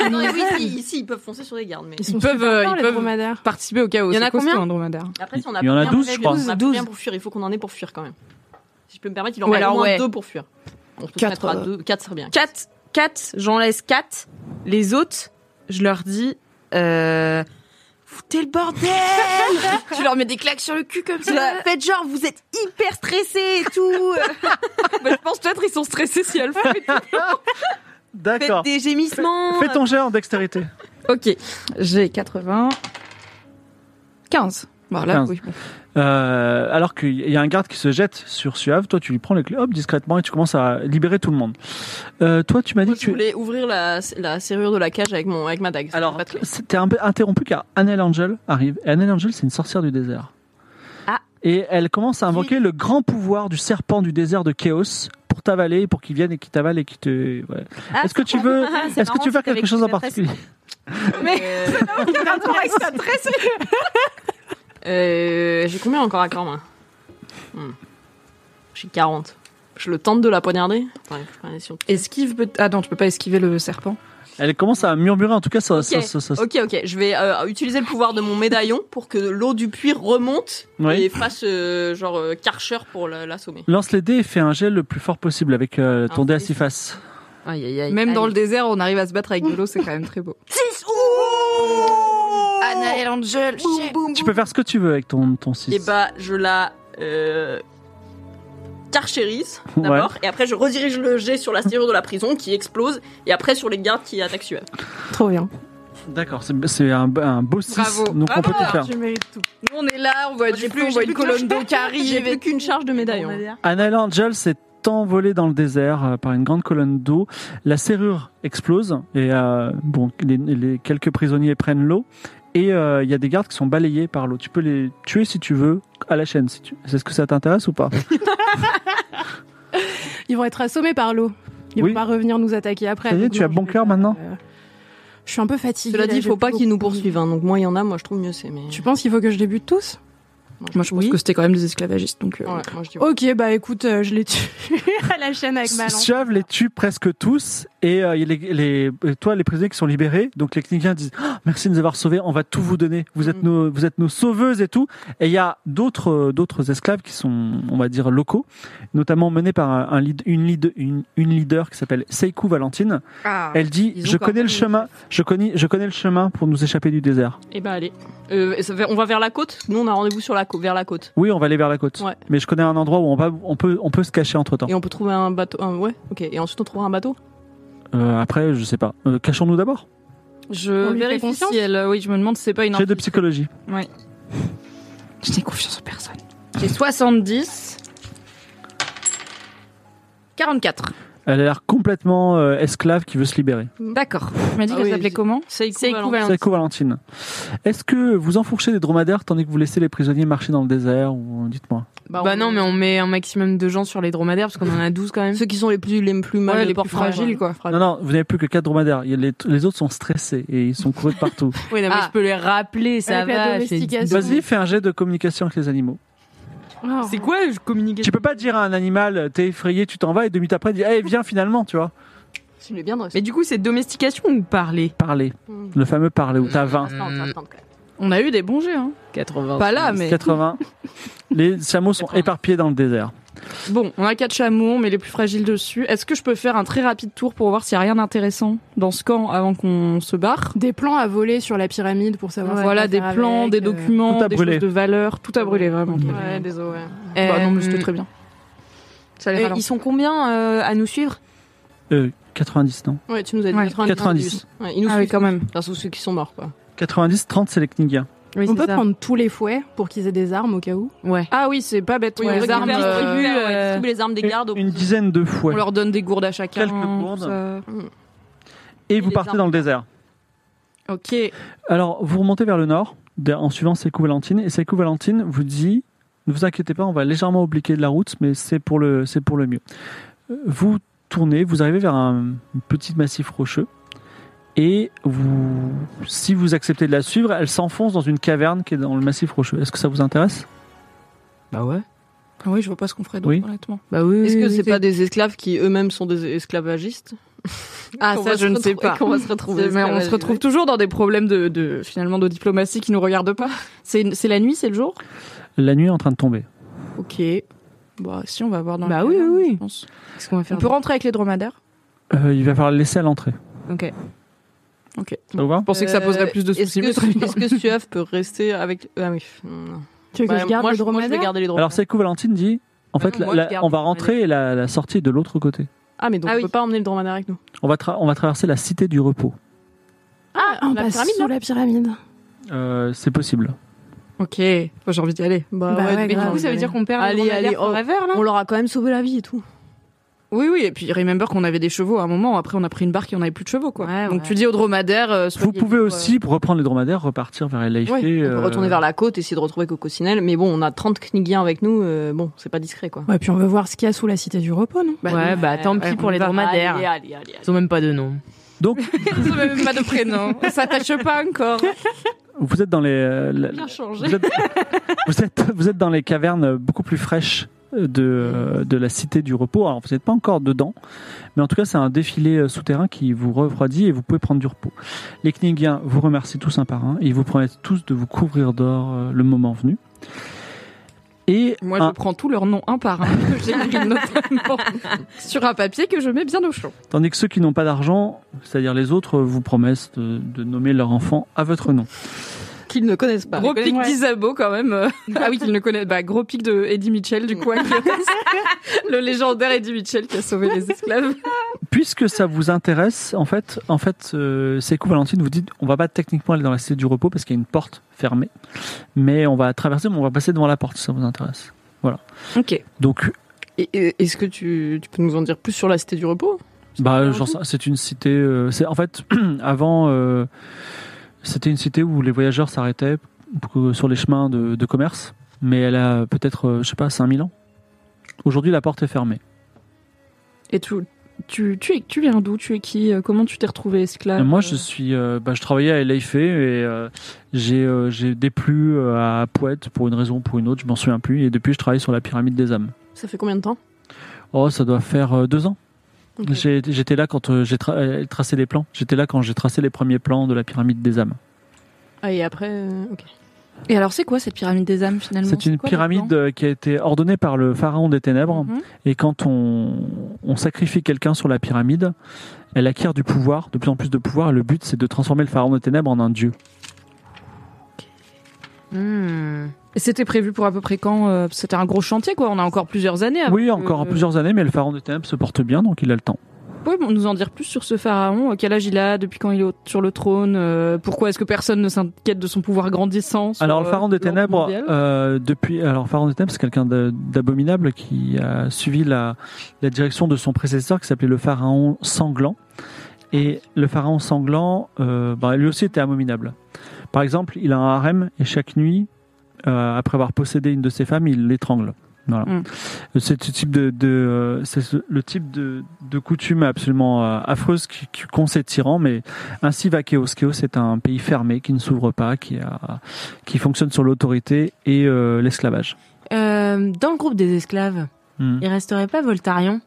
Speaker 3: Ah non, oui, ici, ici, ils peuvent foncer sur les gardes mais
Speaker 6: Ils peuvent, euh, ils peuvent
Speaker 5: dromadaires.
Speaker 6: participer au chaos.
Speaker 3: Il y en a
Speaker 6: C'est costaud,
Speaker 3: combien
Speaker 6: un dromadaire.
Speaker 3: après si on a
Speaker 4: Il y en a
Speaker 3: plus
Speaker 4: 12,
Speaker 3: rien pour
Speaker 4: je crois.
Speaker 3: fuir, On a plus
Speaker 6: 12.
Speaker 3: rien pour fuir. Il faut qu'on en ait pour fuir quand même. Si je peux me permettre il en
Speaker 6: Ouais,
Speaker 3: faut
Speaker 6: alors,
Speaker 3: au moins
Speaker 6: ouais.
Speaker 3: deux pour fuir. On peut
Speaker 6: Quatre,
Speaker 3: se mettre à
Speaker 6: euh,
Speaker 3: deux. Quatre ça revient.
Speaker 2: 4, 4, j'en laisse 4. Les autres, je leur dis euh, Foutez le bordel
Speaker 6: tu leur mets des claques sur le cul comme
Speaker 2: Tu vois, Faites genre, vous êtes hyper stressés et tout Bah,
Speaker 6: je pense peut-être ils sont stressés si elles font.
Speaker 4: D'accord.
Speaker 2: Faites des gémissements
Speaker 4: Fais ton jet en dextérité.
Speaker 6: Ok, j'ai 80. 15. Voilà,
Speaker 4: 15.
Speaker 6: oui. bon.
Speaker 4: Euh, alors qu'il y a un garde qui se jette sur Suave, toi tu lui prends les clés, hop, discrètement, et tu commences à libérer tout le monde. Euh, toi tu m'as dit
Speaker 3: Moi,
Speaker 4: que
Speaker 3: je
Speaker 4: tu
Speaker 3: voulais ouvrir la, la serrure de la cage avec mon avec ma dague.
Speaker 4: Alors,
Speaker 3: Pas de clé.
Speaker 4: t'es un peu interrompu car Annel Angel arrive. Et Annel Angel, c'est une sorcière du désert.
Speaker 2: Ah.
Speaker 4: Et elle commence à invoquer le grand pouvoir du serpent du désert de Chaos pour t'avaler, pour qu'il vienne et qu'il t'avale et qu'il te. ouais. Est-ce que tu veux,
Speaker 2: c'est
Speaker 4: est-ce que
Speaker 2: marrant,
Speaker 4: tu veux faire
Speaker 2: c'est avec
Speaker 4: quelque chose en
Speaker 2: la tresse.
Speaker 4: particulier
Speaker 3: Euh, j'ai combien encore à corps, moi Hmm. J'ai 40. Je le tente de la poignarder Enfin, je prends une action.
Speaker 6: Esquive peut- Ah non, tu peux pas esquiver le serpent.
Speaker 4: Elle commence à murmurer, en tout cas, ça. ça- ça- ça-
Speaker 3: Ok, ok. Je vais euh, utiliser le pouvoir de mon médaillon pour que l'eau du puits remonte
Speaker 4: Oui.
Speaker 3: et fasse euh, genre euh, Karcher pour la- l'assommer.
Speaker 4: Lance les dés et fais un gel le plus fort possible avec euh, ton
Speaker 3: Un
Speaker 4: dé à
Speaker 3: dé.
Speaker 4: six faces.
Speaker 2: Aïe, aïe, aïe.
Speaker 6: Même
Speaker 2: Aïe.
Speaker 6: dans le désert, on arrive à se battre avec de l'eau, c'est quand même très beau.
Speaker 3: 6 Ouh
Speaker 6: Anaël Angel,
Speaker 3: Boum, boum,
Speaker 4: Tu
Speaker 3: boum.
Speaker 4: peux faire ce que tu veux avec ton, ton 6.
Speaker 3: Et bah, je la. Euh, Karcherise
Speaker 4: Ouais.
Speaker 3: d'abord, et après je redirige le jet sur la serrure de la prison qui explose, et après sur les gardes qui attaquent Suave.
Speaker 5: Trop bien.
Speaker 4: D'accord, c'est c'est un, un beau 6,
Speaker 6: Bravo.
Speaker 4: donc on peut tout faire.
Speaker 5: Tu mérites tout.
Speaker 6: Nous, on est là, on voit du
Speaker 3: J'ai
Speaker 6: plus, on
Speaker 3: plus,
Speaker 6: voit
Speaker 3: j'ai
Speaker 6: une
Speaker 3: plus
Speaker 6: colonne d'eau qui
Speaker 3: J'ai
Speaker 6: arrive.
Speaker 3: plus
Speaker 6: et-
Speaker 3: qu'une charge de médaillon.
Speaker 4: Annal Angel s'est envolée dans le désert euh, par une grande colonne d'eau. La serrure explose et euh, bon, les, les quelques prisonniers prennent l'eau. Et euh, il y a des gardes qui sont balayés par l'eau. Tu peux les tuer si tu veux à la chaîne. Si tu... Est-ce que ça t'intéresse ou pas
Speaker 5: Ils vont être assommés par l'eau. Ils
Speaker 4: Oui.
Speaker 5: vont pas revenir nous attaquer après.
Speaker 4: Ça y est,
Speaker 5: Donc
Speaker 4: tu
Speaker 5: non,
Speaker 4: as
Speaker 5: je
Speaker 4: bon
Speaker 5: vais
Speaker 4: cœur
Speaker 5: pas,
Speaker 4: maintenant
Speaker 5: euh, Je suis un peu fatiguée.
Speaker 3: Cela
Speaker 5: là,
Speaker 3: dit, il
Speaker 5: bah, j'ai
Speaker 3: faut pas
Speaker 5: beaucoup-
Speaker 3: qu'ils nous poursuivent, hein. donc moins il y en a, moi je trouve mieux c'est. Mais...
Speaker 5: Tu penses qu'il faut que je débute tous
Speaker 6: Moi, je pense
Speaker 3: Oui.
Speaker 6: que c'était quand même des esclavagistes, donc. euh,
Speaker 3: Ouais, moi je dis ouais.
Speaker 5: Ok, bah écoute, euh, je les tue à la chaîne avec ma lance.
Speaker 4: Suave les tue presque tous. Et euh, il y a les, les- toi, les prisonniers qui sont libérés, donc les cliniens disent Oh, Merci de nous avoir sauvés, on va tout vous donner. Vous êtes,
Speaker 3: Mhm.
Speaker 4: nos, vous êtes nos sauveuses et tout. Et il y a d'autres euh, d'autres esclaves qui sont, on va dire, locaux, notamment menés par un, un lead- une, lead- une, une leader qui s'appelle Seiku Valentine.
Speaker 6: Ah.
Speaker 4: Elle dit
Speaker 6: ils ont
Speaker 4: Je
Speaker 6: quand
Speaker 4: connais
Speaker 6: même
Speaker 4: le chemin, je connais, je connais le chemin pour nous échapper du désert.
Speaker 3: Et bah allez. Euh, et ça fait- on va vers la côte Nous on a rendez-vous sur la côte, vers la côte.
Speaker 4: Oui, on va aller vers la côte.
Speaker 3: Ouais.
Speaker 4: Mais je connais un endroit où on, va, on, peut, on peut se cacher entre temps.
Speaker 3: Et on peut trouver un bateau. un- Ouais, ok. Et ensuite on trouvera un bateau
Speaker 4: après, je sais pas. Euh, Cachons-nous d'abord.
Speaker 5: On
Speaker 6: Je
Speaker 5: lui fait
Speaker 6: vérifie
Speaker 5: confiance
Speaker 6: si elle. euh, Oui, je me demande si c'est pas une.
Speaker 4: J'ai de
Speaker 6: infiltrée.
Speaker 4: psychologie.
Speaker 6: Je n'ai confiance en personne. J'ai 70. 44.
Speaker 4: Elle a l'air complètement euh, esclave qui veut se libérer.
Speaker 6: D'accord. Tu m'as dit
Speaker 3: Ah
Speaker 6: qu'elle
Speaker 3: oui,
Speaker 6: s'appelait
Speaker 3: c'est-
Speaker 6: comment
Speaker 3: C'est
Speaker 6: Seiko
Speaker 3: équivalent.
Speaker 6: Valentine.
Speaker 4: Saiko Valentine. Est-ce que vous enfourchez des dromadaires tandis que vous laissez les prisonniers marcher dans le désert ou euh, dites-moi.
Speaker 2: Bah non, mais on met un maximum de gens sur les dromadaires parce qu'on en a 12 quand même.
Speaker 3: Ceux qui sont les plus, les plus mal
Speaker 6: Ouais, les
Speaker 3: portés,
Speaker 6: plus fragiles,
Speaker 3: ouais.
Speaker 6: quoi.
Speaker 4: Non non, vous n'avez plus que quatre dromadaires. Il y a Les, les autres sont stressés et ils sont courus de partout.
Speaker 2: Oui, non, mais
Speaker 6: Ah.
Speaker 2: je peux les rappeler, ça
Speaker 5: Avec la
Speaker 2: va. je fais-
Speaker 5: domestication.
Speaker 4: Vas-y, fais un jet de communication avec les animaux.
Speaker 5: Oh.
Speaker 2: C'est quoi je communique
Speaker 4: Tu peux pas dire à un animal euh, t'es effrayé, tu t'en vas et deux minutes après dire hey viens finalement tu vois.
Speaker 3: Tu l'es bien dressé.
Speaker 2: Mais du coup, c'est domestication ou parler
Speaker 4: Parler,
Speaker 3: Hmm.
Speaker 4: le fameux parler où t'as 20,
Speaker 3: Attends, attends, attends, attends.
Speaker 6: On a eu des bons jets, hein.
Speaker 2: 80.
Speaker 6: Pas là, mais.
Speaker 4: 80. Les chameaux sont éparpillés dans le désert.
Speaker 6: Bon, on a quatre chameaux, mais les plus fragiles dessus. Est-ce que je peux faire un très rapide tour pour voir s'il n'y a rien d'intéressant dans ce camp avant qu'on se barre
Speaker 5: Des plans à voler sur la pyramide pour savoir. ce
Speaker 6: Voilà,
Speaker 5: qu'on
Speaker 6: des
Speaker 5: va faire
Speaker 6: plans,
Speaker 5: avec,
Speaker 6: des
Speaker 5: euh,
Speaker 4: Tout
Speaker 6: documents,
Speaker 4: à
Speaker 6: des
Speaker 4: brûler.
Speaker 6: choses de valeur, tout à brûler, vraiment.
Speaker 3: Ouais, désolé. ouais.
Speaker 6: Bah, non, mais c'était très bien. Ça les
Speaker 2: Et
Speaker 6: ralentit.
Speaker 2: ils sont combien euh, à nous suivre
Speaker 4: Euh, 90 non
Speaker 3: Ouais, tu nous as dit
Speaker 6: Ouais.
Speaker 3: 90.
Speaker 4: 90.
Speaker 3: Ouais, ils nous
Speaker 6: Ah oui,
Speaker 3: suivent.
Speaker 6: quand même.
Speaker 3: Enfin, sauf ceux qui sont morts, quoi.
Speaker 4: 90 30 c'est les Knigiens.
Speaker 2: Oui,
Speaker 5: On
Speaker 2: c'est
Speaker 5: peut
Speaker 2: ça.
Speaker 5: prendre tous les fouets pour qu'ils aient des armes au cas où.
Speaker 2: Ouais.
Speaker 6: Ah oui, c'est pas bête.
Speaker 3: Oui,
Speaker 6: ouais,
Speaker 3: on
Speaker 6: les
Speaker 3: récupère,
Speaker 6: armes,
Speaker 3: on
Speaker 6: euh,
Speaker 3: distribue,
Speaker 6: ouais.
Speaker 3: euh, distribue les armes des
Speaker 4: Une-
Speaker 3: gardes. aux
Speaker 4: Une
Speaker 3: petits.
Speaker 4: dizaine de fouets
Speaker 6: On leur donne des gourdes à chacun.
Speaker 4: Quelques gourdes.
Speaker 6: ça.
Speaker 4: et vous
Speaker 3: les
Speaker 4: partez
Speaker 3: armes.
Speaker 4: dans le désert.
Speaker 6: Ok.
Speaker 4: Alors, vous remontez vers le nord de- en suivant Sekou Valentine. Et Sekou Valentine vous dit Ne vous inquiétez pas, on va légèrement obliquer de la route, mais c'est pour, le- c'est pour le mieux. Euh, Vous tournez, vous arrivez vers un petit massif rocheux. Et vous, si vous acceptez de la suivre, elle s'enfonce dans une caverne qui est dans le massif rocheux. Est-ce que ça vous intéresse
Speaker 2: Bah ouais.
Speaker 6: Ah oui, je vois pas ce qu'on ferait d'autre,
Speaker 4: Oui.
Speaker 6: honnêtement.
Speaker 2: Bah oui.
Speaker 3: Est-ce
Speaker 2: oui,
Speaker 3: que
Speaker 2: oui,
Speaker 3: c'est pas des esclaves qui eux-mêmes sont des esclavagistes
Speaker 6: Ah,
Speaker 3: Qu'on
Speaker 6: ça,
Speaker 3: va
Speaker 6: je
Speaker 3: se
Speaker 6: ne sais
Speaker 3: retrouver-
Speaker 6: pas.
Speaker 3: Qu'on va se retrouver.
Speaker 6: Mais on se
Speaker 3: esclavagisés.
Speaker 6: retrouve toujours dans des problèmes de, de- finalement de diplomatie qui nous regardent pas. C'est c'est la nuit, c'est le jour.
Speaker 4: La nuit est en train de tomber.
Speaker 6: Ok. Bah si, on va voir dans.
Speaker 2: Bah
Speaker 6: la
Speaker 2: oui,
Speaker 6: caverne,
Speaker 2: oui, oui.
Speaker 6: je pense.
Speaker 2: Qu'est-ce qu'on va
Speaker 6: On
Speaker 2: faire
Speaker 6: peut rentrer avec les dromadaires.
Speaker 4: Euh, il va falloir le laisser à l'entrée.
Speaker 2: Ok.
Speaker 6: Ok.
Speaker 4: Ça vous va
Speaker 6: Je pensais Euh, que ça poserait plus de
Speaker 3: Euh, Est-ce
Speaker 6: soucis. mais très
Speaker 3: que,
Speaker 6: bien.
Speaker 3: est-ce que Suave peut rester avec. Ah oui. non.
Speaker 5: Tu veux que
Speaker 3: Bah,
Speaker 5: je garde
Speaker 3: moi,
Speaker 5: le
Speaker 3: je- moi, je vais
Speaker 5: dromadaire
Speaker 3: garder les
Speaker 4: Alors,
Speaker 3: dromadaires.
Speaker 4: Sekou Valentine dit En fait,
Speaker 6: non,
Speaker 4: la-
Speaker 6: moi, je
Speaker 4: la-
Speaker 6: garde
Speaker 4: on va
Speaker 6: le
Speaker 4: rentrer et la, la sortie est de l'autre côté.
Speaker 3: Ah, mais donc
Speaker 6: Ah
Speaker 3: on
Speaker 6: oui.
Speaker 3: peut pas emmener le dromadaire avec nous.
Speaker 4: On va, tra- on va traverser la cité du repos.
Speaker 5: Ah, on
Speaker 3: la
Speaker 5: passe
Speaker 3: pyramide,
Speaker 5: sous la pyramide.
Speaker 4: Euh, c'est possible.
Speaker 6: Ok. Moi, J'ai envie d'y aller.
Speaker 5: Bah ouais,
Speaker 3: mais
Speaker 5: grave.
Speaker 3: du coup,
Speaker 5: ça veut dire
Speaker 2: qu'on perd
Speaker 3: les dromadaires
Speaker 2: oh. là
Speaker 3: On leur a quand même sauvé la vie et tout.
Speaker 6: Oui, oui. Et puis remember qu'on avait des chevaux à un moment. Après, on a pris une barque et on n'avait plus de chevaux, quoi. Donc tu dis aux dromadaires. euh,
Speaker 4: Vous
Speaker 6: soyez
Speaker 4: pouvez
Speaker 6: libres,
Speaker 4: aussi, pour reprendre les dromadaires, repartir vers les
Speaker 3: Ouais, on peut
Speaker 4: euh,
Speaker 3: retourner vers la côte, essayer de retrouver Cocosinelle. Mais bon, on a 30 Knigiens avec nous. euh, bon, c'est pas discret, quoi.
Speaker 5: Ouais, puis on veut voir ce qu'il y a sous la cité du repos, non
Speaker 6: Bah,
Speaker 2: ouais, bah tant
Speaker 6: ouais,
Speaker 2: pis
Speaker 6: on
Speaker 2: pour les
Speaker 6: va.
Speaker 2: dromadaires.
Speaker 3: Allez, allez, allez, allez.
Speaker 2: Ils ont même pas de nom.
Speaker 6: Ils ont même pas de prénom. On s'attache pas encore.
Speaker 4: Vous êtes dans les. euh, la-
Speaker 3: Bien changé.
Speaker 4: vous, êtes, vous, êtes, vous êtes dans les cavernes beaucoup plus fraîches euh, de, de la Cité du Repos. Alors, vous n'êtes pas encore dedans, mais en tout cas, c'est un défilé euh, souterrain qui vous refroidit et vous pouvez prendre du repos. Les Kningiens vous remercient tous un par un et ils vous promettent tous de vous couvrir d'or euh, le moment venu. Et
Speaker 6: Moi,
Speaker 4: un-
Speaker 6: je prends tous leurs noms un par un, que j'ai écrit notamment sur un papier que je mets bien au chaud.
Speaker 4: Tandis que ceux qui n'ont pas d'argent, c'est-à-dire les autres, vous promettent de, de nommer leur enfant à votre nom.
Speaker 3: Qu'ils ne connaissent pas.
Speaker 6: Gros pic
Speaker 5: Ouais.
Speaker 6: d'Isabeau quand même. euh. Bah, Ah oui, qu'il ne connaît. Bah, gros pic de Eddie Mitchell, du coup. avec le- le légendaire Eddie Mitchell qui a sauvé les esclaves.
Speaker 4: Puisque ça vous intéresse, en fait, en fait, euh, Sekou Valentine vous dit, on va pas techniquement aller dans la cité du repos parce qu'il y a une porte fermée, mais on va traverser, mais on va passer devant la porte si ça vous intéresse.
Speaker 6: Ok.
Speaker 4: Donc,
Speaker 3: Et- et- Est-ce que tu, tu peux nous en dire plus sur la Cité du Repos
Speaker 4: bah, genre, ça- c'est une cité, euh, c'est en fait, avant, euh, c'était une cité où les voyageurs s'arrêtaient pour- sur les chemins de, de commerce, mais elle a peut-être, euh, je sais pas, 5000 ans. Aujourd'hui, la porte est fermée.
Speaker 6: Et tu, tu, tu, es- tu viens d'où Tu es qui euh, Comment tu t'es retrouvé esclave
Speaker 4: Et Moi, je suis, euh, bah, je travaillais à LFE et euh, j'ai, euh, j'ai déplu euh, à Poète pour une raison ou pour une autre, je m'en souviens plus. Et depuis, je travaille sur la pyramide des âmes.
Speaker 3: Ça fait combien de temps
Speaker 4: Oh, ça doit faire euh, deux ans.
Speaker 3: Ok.
Speaker 4: J'ai- J'étais là quand euh, j'ai tra- euh, tracé des plans. J'étais là quand j'ai tracé les premiers plans de la pyramide des âmes.
Speaker 3: Ah, et après, euh, ok.
Speaker 6: Et alors, c'est quoi cette pyramide des âmes finalement
Speaker 4: C'est une
Speaker 6: quoi,
Speaker 4: pyramide
Speaker 6: là-dedans
Speaker 4: euh, qui a été ordonnée par le pharaon des ténèbres.
Speaker 6: Mhm.
Speaker 4: Et quand on, on sacrifie quelqu'un sur la pyramide, elle acquiert du pouvoir, de plus en plus de pouvoir. Et le but, c'est de transformer le pharaon des ténèbres en un dieu.
Speaker 8: Hmm.
Speaker 6: Et c'était prévu pour à peu près quand euh, C'était un gros chantier, quoi. On a encore plusieurs années. hein. Mm, Euh, avant
Speaker 4: Oui,
Speaker 6: que-
Speaker 4: encore en plusieurs années, mais le pharaon des ténèbres se porte bien, donc il a le temps.
Speaker 6: Pouvez-vous nous en dire plus sur ce pharaon Euh, Quel âge il a Depuis quand il est au- sur le trône Euh, Pourquoi est-ce que personne ne s'inquiète de son pouvoir grandissant sur,
Speaker 4: Alors le
Speaker 6: euh,
Speaker 4: pharaon des
Speaker 6: l'ordre
Speaker 4: ténèbres,
Speaker 6: mondial
Speaker 4: euh, depuis, alors le pharaon des ténèbres, c'est quelqu'un d'a- d'abominable qui a suivi la, la direction de son prédécesseur qui s'appelait le pharaon sanglant. Et le pharaon sanglant, euh, bah, lui aussi était abominable. Par exemple, il a un harem et chaque nuit, euh, après avoir possédé une de ses femmes, il l'étrangle. Voilà.
Speaker 6: Mm.
Speaker 4: C'est ce type de, de, euh, c'est ce- le type de, de coutume absolument euh, affreuse qui- qui- qu'ont ces tyrans, mais ainsi va Chaos. Chaos est un pays fermé qui ne s'ouvre pas, qui a qui fonctionne sur l'autorité et euh, l'esclavage.
Speaker 8: Euh, dans le groupe des esclaves,
Speaker 4: Hmm.
Speaker 8: il resterait pas Voltarion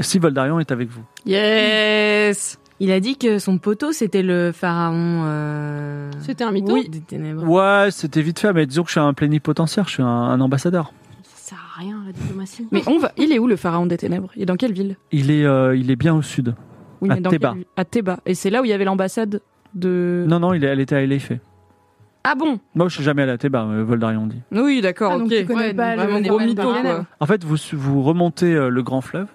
Speaker 4: Si Voldarion est avec vous.
Speaker 6: Yes
Speaker 8: Il a dit que son poteau c'était le pharaon. euh,
Speaker 3: C'était un mytho
Speaker 8: oui, des ténèbres.
Speaker 4: Ouais, c'était vite fait, mais disons que je suis un plénipotentiaire, je suis un, un ambassadeur.
Speaker 3: Ça sert à rien, la diplomatie.
Speaker 6: Mais on va. Il est où le pharaon des ténèbres Il est dans quelle ville
Speaker 4: Il est, euh, il est bien au sud.
Speaker 6: Oui,
Speaker 4: À
Speaker 6: mais dans
Speaker 4: Théba.
Speaker 6: quelle ville À Théba. Et c'est là où il y avait l'ambassade de.
Speaker 4: Non, non, il est, elle était à Elefe.
Speaker 6: Ah bon
Speaker 4: E. Moi, je suis jamais allé à Théba, euh, Voldarion dit.
Speaker 6: Oui, d'accord.
Speaker 5: Ah,
Speaker 6: ok.
Speaker 5: donc tu connais
Speaker 6: Ouais,
Speaker 5: pas
Speaker 6: donc
Speaker 5: le-
Speaker 6: vraiment
Speaker 5: les
Speaker 6: gros
Speaker 5: Romains
Speaker 6: mytho,
Speaker 5: d'Ariana.
Speaker 6: quoi.
Speaker 4: En fait, vous, vous remontez euh, le grand fleuve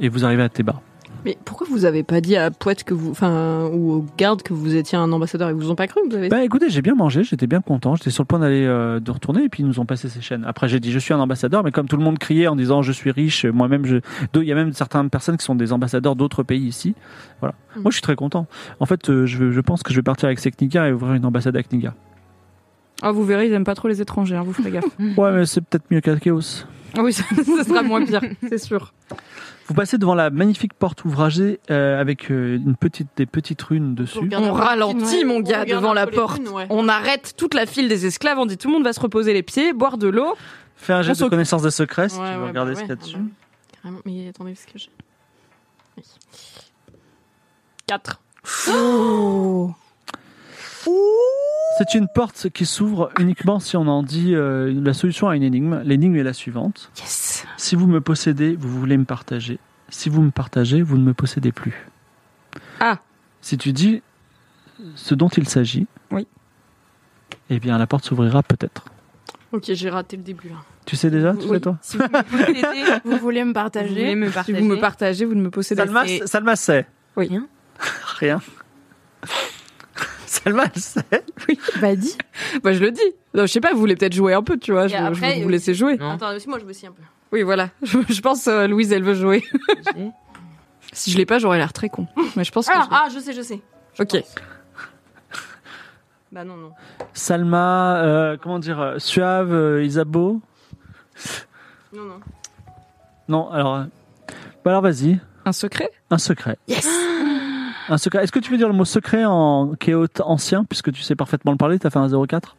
Speaker 4: et vous arrivez à Théba.
Speaker 3: Mais pourquoi vous avez pas dit à Poète que vous, enfin, ou aux gardes que vous étiez un ambassadeur Ils vous ont pas cru vous avez...
Speaker 4: Bah écoutez, j'ai bien mangé, j'étais bien content, j'étais sur le point d'aller euh, de retourner et puis ils nous ont passé ces chaînes. Après j'ai dit je suis un ambassadeur, mais comme tout le monde criait en disant je suis riche, euh, moi-même je, d'où- il y a même certaines personnes qui sont des ambassadeurs d'autres pays ici. Voilà.
Speaker 3: Mm.
Speaker 4: Moi je suis très content. En fait, euh, je, je pense que je vais partir avec Sekniga et ouvrir une ambassade à Kniga.
Speaker 6: Ah, vous verrez, ils aiment pas trop les étrangers, hein, vous ferez gaffe.
Speaker 3: Mm.
Speaker 4: Ouais, mais c'est peut-être mieux qu'à Chaos.
Speaker 6: Ah oui, ça, ça sera moins pire, c'est sûr.
Speaker 4: Vous passez devant la magnifique porte ouvragée euh, avec euh, une petite des petites runes dessus.
Speaker 6: On ralentit,
Speaker 3: Ouais.
Speaker 6: mon
Speaker 3: On
Speaker 6: gars,
Speaker 3: regarde
Speaker 6: devant
Speaker 3: un
Speaker 6: la
Speaker 3: peu les
Speaker 6: porte.
Speaker 3: runes, ouais.
Speaker 6: On arrête toute la file des esclaves, on dit tout le monde va se reposer les pieds, boire de l'eau.
Speaker 4: Fais un
Speaker 6: On
Speaker 4: jet de
Speaker 6: s'occupe.
Speaker 4: connaissance des secrets si
Speaker 3: Ouais,
Speaker 4: tu veux
Speaker 3: ouais,
Speaker 4: regarder
Speaker 3: bah
Speaker 4: ce qu'il
Speaker 3: ouais,
Speaker 4: y a
Speaker 3: ah
Speaker 4: dessus.
Speaker 3: bah oui. Carrément, mais attendez, ce que j'ai. 4.
Speaker 4: C'est une porte qui s'ouvre uniquement si on en dit euh, la solution à une énigme. L'énigme est la suivante.
Speaker 8: Yes.
Speaker 4: Si vous me possédez, vous voulez me partager. Si vous me partagez, vous ne me possédez plus.
Speaker 6: Ah.
Speaker 4: Si tu dis ce dont il s'agit,
Speaker 6: Oui.
Speaker 4: eh bien la porte s'ouvrira peut-être.
Speaker 3: Ok, j'ai raté le début là.
Speaker 4: Tu sais déjà, tu
Speaker 6: Oui.
Speaker 4: sais toi
Speaker 6: Si vous me possédez,
Speaker 5: Vous voulez
Speaker 8: Vous voulez
Speaker 5: me partager
Speaker 8: me
Speaker 6: si
Speaker 8: partager
Speaker 6: vous me partagez, vous ne me possédez
Speaker 4: Salma,
Speaker 8: c'est-
Speaker 4: Salma sait.
Speaker 6: Oui.
Speaker 2: Hein
Speaker 8: Rien.
Speaker 4: Rien. Salma elle sait.
Speaker 5: Bah dis.
Speaker 6: Bah, je le dis. Non, je sais pas, vous voulez peut-être jouer un peu, tu vois. Je,
Speaker 3: Et
Speaker 6: je
Speaker 3: après,
Speaker 6: vous- vous laissez jouer.
Speaker 2: Non.
Speaker 3: Attends, aussi moi je me suis un peu.
Speaker 6: Oui, voilà. Je, je pense euh, Louise, elle veut jouer. si je l'ai pas, j'aurais l'air très con. Mais je pense que.
Speaker 3: Ah,
Speaker 6: je-
Speaker 3: ah, je sais, je sais. Je
Speaker 6: Ok.
Speaker 3: pense. Bah non, non.
Speaker 4: Salma, euh, comment dire, euh, Suave, euh, Isabeau.
Speaker 3: Non, non.
Speaker 4: Non, alors. euh, Bah alors vas-y,
Speaker 6: Un secret
Speaker 4: un secret. Yes. Un secret. Est-ce que tu veux dire le mot secret en chaos ancien puisque tu sais parfaitement le parler, t'as fait un 04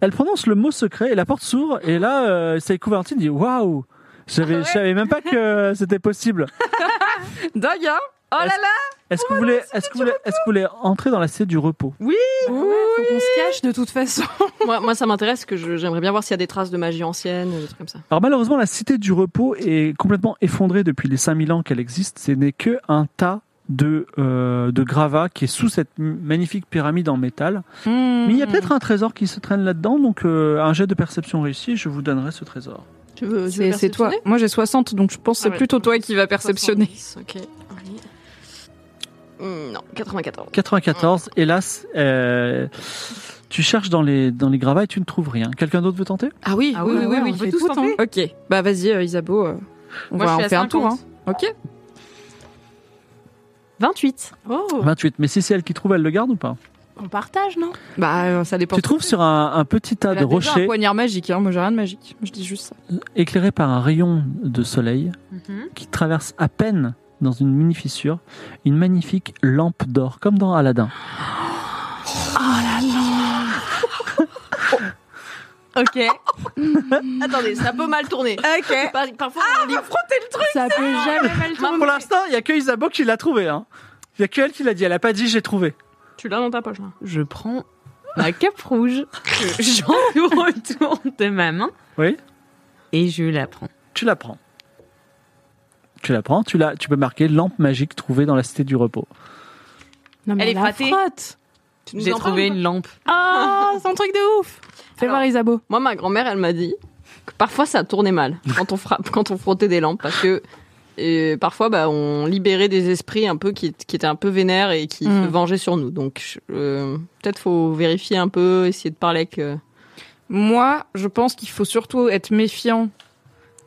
Speaker 4: Elle prononce le mot secret et la porte s'ouvre. Et là, euh, c'est Couvertine dit Waouh J'avais- Je savais même pas que c'était possible.
Speaker 6: Dingue, hein Oh là là
Speaker 4: Est-ce que, vous voulez, est-ce, que vous voulez, est-ce que vous voulez entrer dans la cité du repos
Speaker 5: Faut qu'on se cache de toute façon.
Speaker 3: moi, moi, ça m'intéresse que je- j'aimerais bien voir s'il y a des traces de magie ancienne, euh, des trucs comme ça.
Speaker 4: Alors malheureusement, la cité du repos est complètement effondrée depuis les 5000 ans qu'elle existe. Ce n'est que un tas de, euh, de gravats qui est sous cette m- magnifique pyramide en métal.
Speaker 6: Hmm.
Speaker 4: Mais
Speaker 6: Mm-hmm.
Speaker 4: il y a peut-être un trésor qui se traîne là-dedans, donc euh, un jet de perception réussi, je vous donnerai ce trésor.
Speaker 3: Tu veux, tu veux
Speaker 6: C'est c'est toi.
Speaker 3: perceptionner
Speaker 6: Moi j'ai 60, donc je pense que c'est
Speaker 3: Ah ouais.
Speaker 6: plutôt toi qui va perceptionner.
Speaker 3: 70, Ok. Allez. Hmm, Non, 94.
Speaker 4: 94, hélas, euh, tu cherches dans les, dans les gravats et tu ne trouves rien. Quelqu'un d'autre veut tenter
Speaker 6: Ah oui,
Speaker 8: Ah ouais, ouais, on
Speaker 6: il
Speaker 8: peut
Speaker 6: fait
Speaker 8: tous
Speaker 6: tout,
Speaker 8: tenter.
Speaker 6: hein. Ok, bah vas-y euh, Isabeau, euh, on
Speaker 2: Moi,
Speaker 6: va
Speaker 2: je suis
Speaker 6: en
Speaker 2: à
Speaker 6: faire un tour. Hein.
Speaker 2: 50.
Speaker 6: Ok.
Speaker 3: 28.
Speaker 5: Oh,
Speaker 4: 28, mais si c'est elle qui trouve, elle le garde ou pas
Speaker 5: on partage, non
Speaker 6: Bah euh, ça dépend.
Speaker 4: Tu trouves sur un, un petit tas
Speaker 6: Elle
Speaker 4: de
Speaker 6: a déjà un
Speaker 4: rochers
Speaker 6: poignard magique, hein. moi j'ai rien de magique. Je dis juste ça.
Speaker 4: éclairés par un rayon de soleil
Speaker 6: Mm-hmm.
Speaker 4: qui traverse à peine dans une mini fissure une magnifique lampe d'or, comme dans Aladdin.
Speaker 3: Ok. Attendez, ça peut mal tourner. Ok. parfois, on lit-
Speaker 1: Ça peut jamais mal
Speaker 4: Ah, Pour
Speaker 1: tourner.
Speaker 4: l'instant, il n'y a que Isabeau qui l'a trouvé. hein. Il n'y a que elle qui l'a dit. Elle n'a pas dit j'ai trouvé.
Speaker 3: tu l'as dans ta poche, là.
Speaker 2: Je prends ma cape rouge que j'entoure autour de ma main.
Speaker 4: Oui.
Speaker 2: Et je la prends.
Speaker 4: Tu la prends. Tu la prends. Tu, la, tu peux marquer lampe magique trouvée dans la cité du repos.
Speaker 5: Non, mais
Speaker 2: Elle est
Speaker 5: la
Speaker 2: frappée.
Speaker 5: frotte.
Speaker 3: Tu nous
Speaker 2: J'ai
Speaker 3: en parles
Speaker 2: trouvé
Speaker 3: ou pas
Speaker 2: une lampe.
Speaker 5: Ah, c'est un truc de ouf. Fais
Speaker 3: Alors,
Speaker 5: voir Isabeau.
Speaker 3: Moi, ma grand-mère, elle m'a dit que parfois ça tournait mal quand on, frappe, quand on frottait des lampes parce que euh, parfois bah, on libérait des esprits un peu qui, qui étaient un peu vénères et qui
Speaker 6: Mm.
Speaker 3: se vengeaient sur nous. Donc euh, peut-être faut vérifier un peu, essayer de parler avec. euh,
Speaker 6: Moi, je pense qu'il faut surtout être méfiant.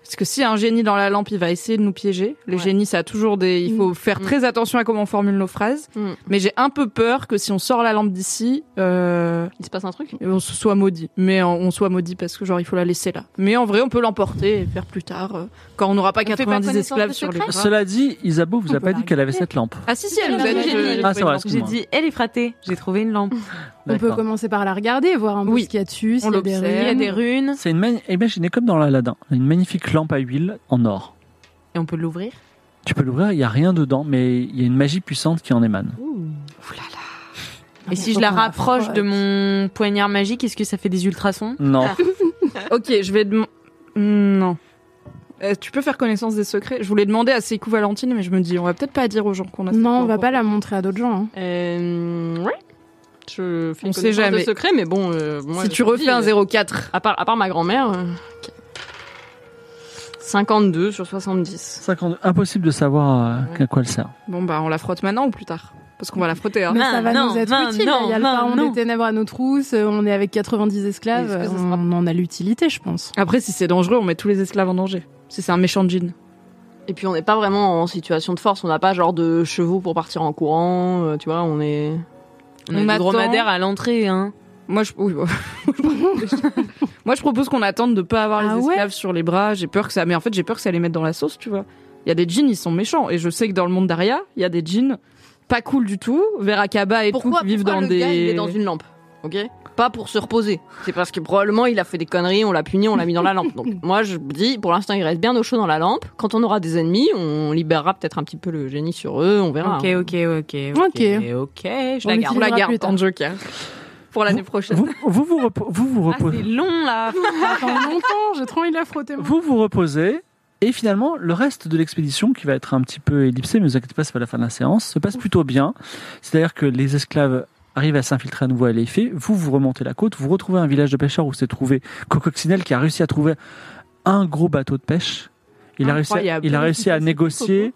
Speaker 6: Parce que si un génie dans la lampe, il va essayer de nous piéger. Le
Speaker 3: Ouais.
Speaker 6: génie, ça a toujours des. Il faut faire très attention à comment on formule nos phrases.
Speaker 3: Mm.
Speaker 6: Mais j'ai un peu peur que si on sort la lampe d'ici, euh,
Speaker 3: Il se passe un truc.
Speaker 6: on se soit maudit. Mais on on soit maudit parce que genre il faut la laisser là. Mais en vrai, on peut l'emporter et faire plus tard euh, quand on n'aura pas
Speaker 3: fait pas
Speaker 6: 90
Speaker 3: connaissance
Speaker 6: esclaves
Speaker 3: de
Speaker 6: sur les
Speaker 3: secret
Speaker 6: bras.
Speaker 4: Cela dit, Isabeau vous
Speaker 5: On
Speaker 4: a
Speaker 5: peut
Speaker 4: pas
Speaker 5: la
Speaker 4: dit qu'elle avait cette lampe.
Speaker 6: Ah si si, elle nous
Speaker 3: Ah,
Speaker 6: a
Speaker 3: j'ai
Speaker 6: dit.
Speaker 3: dit.
Speaker 6: je-
Speaker 4: Ah, c'est vrai,
Speaker 2: J'ai
Speaker 4: excuse-moi.
Speaker 2: dit, elle est frattée. J'ai trouvé une lampe.
Speaker 5: On peut
Speaker 4: D'accord.
Speaker 5: commencer par la regarder, voir un peu
Speaker 6: Oui.
Speaker 5: ce qu'il y a dessus,
Speaker 6: On
Speaker 5: s'il y a des
Speaker 6: l'observe.
Speaker 5: ruines.
Speaker 6: Il y a
Speaker 2: Des runes.
Speaker 4: C'est une mani- imaginez comme dans Aladdin, une magnifique lampe à huile en or.
Speaker 2: Et on peut l'ouvrir.
Speaker 4: Tu peux l'ouvrir, il n'y a rien dedans, mais il y a une magie puissante qui en émane.
Speaker 5: Ah,
Speaker 2: Et si je la rapproche de mon poignard magique, est-ce que ça fait des ultrasons
Speaker 4: Non,
Speaker 5: Ah.
Speaker 6: Ok, je vais demander. Non. Euh, tu peux faire connaissance des secrets. Je voulais demander à Sekou Valentine, mais je me dis, on va peut-être pas dire aux gens qu'on a.
Speaker 5: Non,
Speaker 6: Sekou
Speaker 5: on va
Speaker 6: en
Speaker 5: pas la montrer à d'autres gens. hein.
Speaker 3: Euh, ouais. Je fais
Speaker 6: On sait
Speaker 3: connaissance
Speaker 6: jamais.
Speaker 3: De secret, mais bon. euh, moi,
Speaker 6: Si
Speaker 3: je
Speaker 6: tu
Speaker 3: te
Speaker 6: refais
Speaker 3: dis,
Speaker 6: un
Speaker 3: euh,
Speaker 6: 04.
Speaker 3: À part, à part ma grand-mère. euh, ok. 52 sur 70.
Speaker 4: 52, impossible de savoir euh, à quoi elle sert.
Speaker 6: Bon bah on la frotte maintenant ou plus tard Parce qu'on va la frotter. Hein.
Speaker 5: Mais
Speaker 2: Mince,
Speaker 5: ça va
Speaker 2: non,
Speaker 5: nous être
Speaker 2: mince,
Speaker 5: utile.
Speaker 2: non,
Speaker 5: il y a le
Speaker 2: mince,
Speaker 5: Pharaon
Speaker 2: non.
Speaker 5: des ténèbres à nos trousses, euh, on est avec 90
Speaker 3: Est-ce
Speaker 5: esclaves.
Speaker 3: que ça sera-
Speaker 5: On en a l'utilité, je pense.
Speaker 6: Après si c'est dangereux, on met tous les esclaves en danger. Si c'est un méchant djinn.
Speaker 3: Et puis on n'est pas vraiment en situation de force, on n'a pas genre de chevaux pour partir en courant, euh, tu vois, on est...
Speaker 2: On,
Speaker 6: On
Speaker 2: a des
Speaker 6: attend.
Speaker 2: dromadaires à l'entrée, hein.
Speaker 6: Moi je oui, Moi je propose qu'on attende de pas avoir
Speaker 5: Ah
Speaker 6: les
Speaker 5: ouais
Speaker 6: esclaves sur les bras, j'ai peur que ça mais en fait j'ai peur que ça les mette dans la sauce, tu vois. Il y a des djinns, ils sont méchants et je sais que dans le monde d'Aria, il y a des djinns pas cool du tout, Verakaba et tout qui vivent dans
Speaker 3: le
Speaker 6: des
Speaker 3: gars, il est dans une lampe, ok Pas pour se reposer, c'est parce que probablement il a fait des conneries, on l'a puni, on l'a mis dans la lampe. Donc moi je me dis, pour l'instant il reste bien au chaud dans la lampe, quand on aura des ennemis, on libérera peut-être un petit peu le génie sur eux, on verra. hein.
Speaker 2: Ok, ok, ok.
Speaker 5: Ok.
Speaker 2: Ok, je
Speaker 5: On
Speaker 2: la
Speaker 5: les
Speaker 2: garde.
Speaker 6: On la
Speaker 5: utilisera
Speaker 6: garde
Speaker 5: plus tard.
Speaker 6: en joker. Pour l'année prochaine.
Speaker 4: Vous vous, vous, repo- vous, vous
Speaker 2: Ah, c'est
Speaker 4: reposez.
Speaker 2: long, là.
Speaker 5: Attends longtemps, j'ai trop envie de la frotter. moi.
Speaker 4: vous vous reposez. Et finalement, le reste de l'expédition, qui va être un petit peu ellipsée, mais ne vous inquiétez pas, c'est pas la fin de la séance, se passe plutôt bien. C'est-à-dire que les esclaves arrivent à s'infiltrer à nouveau à l'effet. Vous, vous remontez la côte, vous retrouvez un village de pêcheurs où s'est trouvé Cococcinelle qui a réussi à trouver un gros bateau de pêche. Il a réussi, à,
Speaker 6: Incroyable.
Speaker 4: il a réussi à négocier,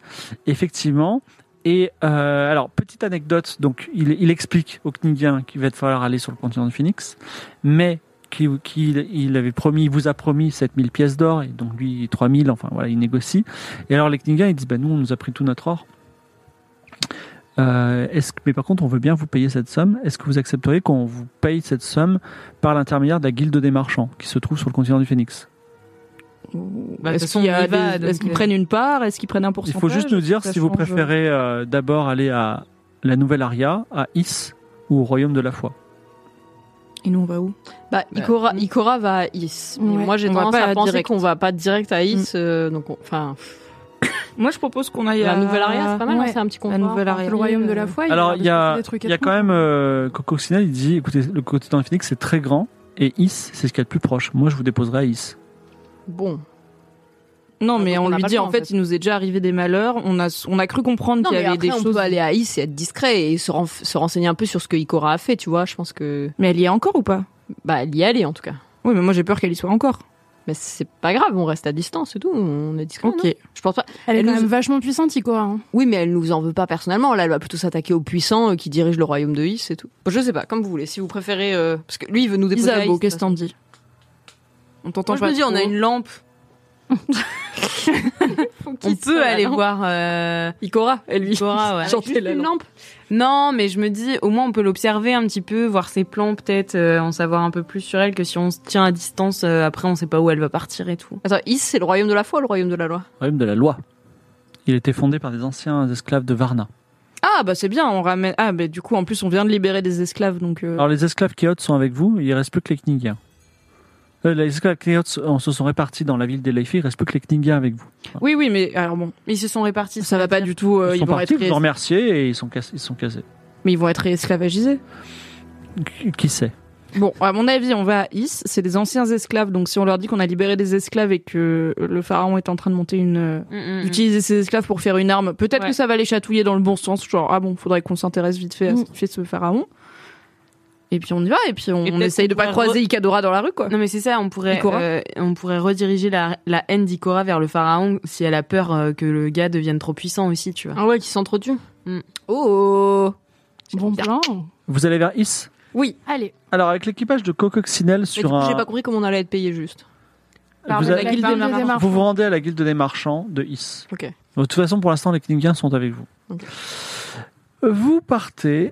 Speaker 4: effectivement. Et euh, alors, petite anecdote, donc il, il explique aux Knigien qu'il va falloir aller sur le continent du Phoenix, mais qu'il qu'il- il avait promis, il vous a promis 7000 pièces d'or, et donc lui 3000, enfin voilà, il négocie. Et alors les Knigien, ils disent, ben nous, on nous a pris tout notre or. Euh, est-ce que, mais par contre, on veut bien vous payer cette somme. Est-ce que vous accepteriez qu'on vous paye cette somme par l'intermédiaire de la Guilde des Marchands, qui se trouve sur le continent du Phoenix
Speaker 2: Bah, de
Speaker 6: Est-ce
Speaker 2: toute façon,
Speaker 6: qu'il y a
Speaker 2: on y va,
Speaker 6: des-
Speaker 2: donc,
Speaker 6: est-ce qu'ils
Speaker 2: euh,
Speaker 6: prennent une part Est-ce qu'ils prennent un
Speaker 4: Il
Speaker 6: pourcentage
Speaker 4: faut juste nous dire
Speaker 6: ça
Speaker 4: si vous
Speaker 6: change.
Speaker 4: préférez euh, d'abord aller à la Nouvelle Aria, à Is ou au Royaume de la Foi.
Speaker 8: Et nous, on va où
Speaker 3: Bah, Ikora, Ikora va à Is. Mais
Speaker 8: Ouais.
Speaker 3: Moi, j'ai
Speaker 6: On va
Speaker 3: tendance
Speaker 6: pas
Speaker 3: à
Speaker 6: à
Speaker 3: penser
Speaker 6: direct.
Speaker 3: qu'on va pas direct à Is. euh, donc, on- enfin,
Speaker 6: Moi, je propose qu'on aille
Speaker 3: la
Speaker 6: à
Speaker 3: nouvelle aria, c'est pas mal, hein,
Speaker 8: ouais.
Speaker 3: c'est un petit
Speaker 6: La
Speaker 3: confort.
Speaker 6: nouvelle aria.
Speaker 8: Le royaume de la foi.
Speaker 4: Alors, il y a,
Speaker 8: des trucs à
Speaker 4: il y a
Speaker 8: prendre.
Speaker 4: quand même euh, Coco Sinel, il dit écoutez, le continent Phoenix, c'est très grand. Et Is, c'est ce qu'il y a de plus proche. Moi, je vous déposerai à Is.
Speaker 3: Bon.
Speaker 6: Non, mais
Speaker 3: Donc, on
Speaker 6: on
Speaker 3: n'a
Speaker 6: lui
Speaker 3: pas le
Speaker 6: dit
Speaker 3: temps,
Speaker 6: en
Speaker 3: en
Speaker 6: fait,
Speaker 3: fait.
Speaker 6: il nous est déjà arrivé des malheurs. On a, on a cru comprendre
Speaker 3: Non,
Speaker 6: qu'il y
Speaker 3: mais
Speaker 6: avait
Speaker 3: après,
Speaker 6: des
Speaker 3: on
Speaker 6: choses.
Speaker 3: peut aller à Is et être discret et se, ren- se renseigner un peu sur ce que Ikora a fait, tu vois. Je pense que,
Speaker 6: Mais elle y est encore ou pas
Speaker 3: bah, elle y aller en tout cas.
Speaker 6: Oui, mais moi j'ai peur qu'elle y soit encore.
Speaker 3: Mais c'est pas grave, on reste à distance et tout, on est discret. non
Speaker 6: ok.
Speaker 3: je pense pas.
Speaker 8: Elle est
Speaker 3: Elle
Speaker 8: quand
Speaker 3: nous-
Speaker 8: même vachement puissante, Ikora. hein.
Speaker 3: Oui, mais elle nous en veut pas personnellement. Là, elle va plutôt s'attaquer aux puissants euh, qui dirigent le royaume de Is et tout. Bon, je sais pas, comme vous voulez. Si vous préférez, euh, parce que lui, il veut nous déposer. à Is,
Speaker 6: Isabeau,
Speaker 3: de toute
Speaker 6: qu'est-ce que t'en dis On t'entend
Speaker 2: Moi, je
Speaker 6: pas.
Speaker 2: me dis, on a
Speaker 6: trop.
Speaker 2: une lampe. on peut aller voir euh,
Speaker 3: Ikora, et lui.
Speaker 2: Ikora, ouais.
Speaker 3: Chanter la
Speaker 2: Une
Speaker 3: lampe.
Speaker 2: lampe. Non, mais je me dis, au moins, on peut l'observer un petit peu, voir ses plans, peut-être euh, en savoir un peu plus sur elle que si on se tient à distance. euh, après, on sait pas où elle va partir et tout.
Speaker 3: Attends, Is, c'est le royaume de la foi, ou le royaume de la loi.
Speaker 4: Royaume de la loi. Il était fondé par des anciens esclaves de Varna.
Speaker 6: Ah bah c'est bien, on ramène. Ah bah du coup en plus on vient de libérer des esclaves donc. euh,
Speaker 4: Alors, les esclaves Kéots sont avec vous. Il reste plus que les Kningiens. Euh, les esclaves Kéots on se sont répartis dans la ville d'Eleifi. Il reste plus que les Kningiens avec vous.
Speaker 6: Oui oui mais alors bon
Speaker 2: Ils se sont répartis.
Speaker 6: ça va pas du tout. euh,
Speaker 4: Ah. Ils
Speaker 6: ils,
Speaker 4: sont
Speaker 6: vont
Speaker 4: partis,
Speaker 6: être
Speaker 4: vous
Speaker 6: ré-
Speaker 4: en remerciez et ils sont cassés. Ils sont cassés.
Speaker 6: mais ils vont être esclavagisés.
Speaker 4: Qui- Qui sait
Speaker 6: Bon à mon avis on va à Is, c'est des anciens esclaves donc si on leur dit qu'on a libéré des esclaves et que le pharaon est en train de monter une euh,
Speaker 2: Mm,
Speaker 6: d'utiliser ses esclaves pour faire une arme. Peut-être
Speaker 2: Ouais.
Speaker 6: que ça va les chatouiller dans le bon sens, genre ah bon, faudrait qu'on s'intéresse vite fait à ce qu'il fait ce pharaon. Et puis on y va, et puis on,
Speaker 2: Et peut-être
Speaker 6: essaye
Speaker 2: qu'on
Speaker 6: de pas
Speaker 2: pourrait
Speaker 6: croiser Ikadora dans la rue, quoi.
Speaker 2: Non, mais c'est ça, on pourrait,
Speaker 6: Ikora
Speaker 2: euh, on pourrait rediriger la, la haine d'Ikora vers le pharaon si elle a peur euh, que le gars devienne trop puissant aussi, tu vois.
Speaker 3: Ah ouais, qui s'entretue.
Speaker 2: Mm.
Speaker 3: Oh
Speaker 8: Bon plan.
Speaker 4: Vous allez vers Is
Speaker 8: Allez.
Speaker 4: Alors, avec l'équipage de Cococcinelle
Speaker 3: Mais du
Speaker 4: sur
Speaker 3: coup,
Speaker 4: un.
Speaker 3: j'ai pas compris comment on allait être payé juste.
Speaker 8: Par
Speaker 4: vous,
Speaker 8: de
Speaker 4: allez-
Speaker 8: la guilde
Speaker 6: Par
Speaker 8: des
Speaker 6: le deuxième
Speaker 8: marchands.
Speaker 4: vous vous rendez à la guilde des marchands de Is.
Speaker 3: Ok.
Speaker 4: De toute façon, pour l'instant, les Kningiens sont avec vous.
Speaker 3: Ok.
Speaker 4: Vous partez.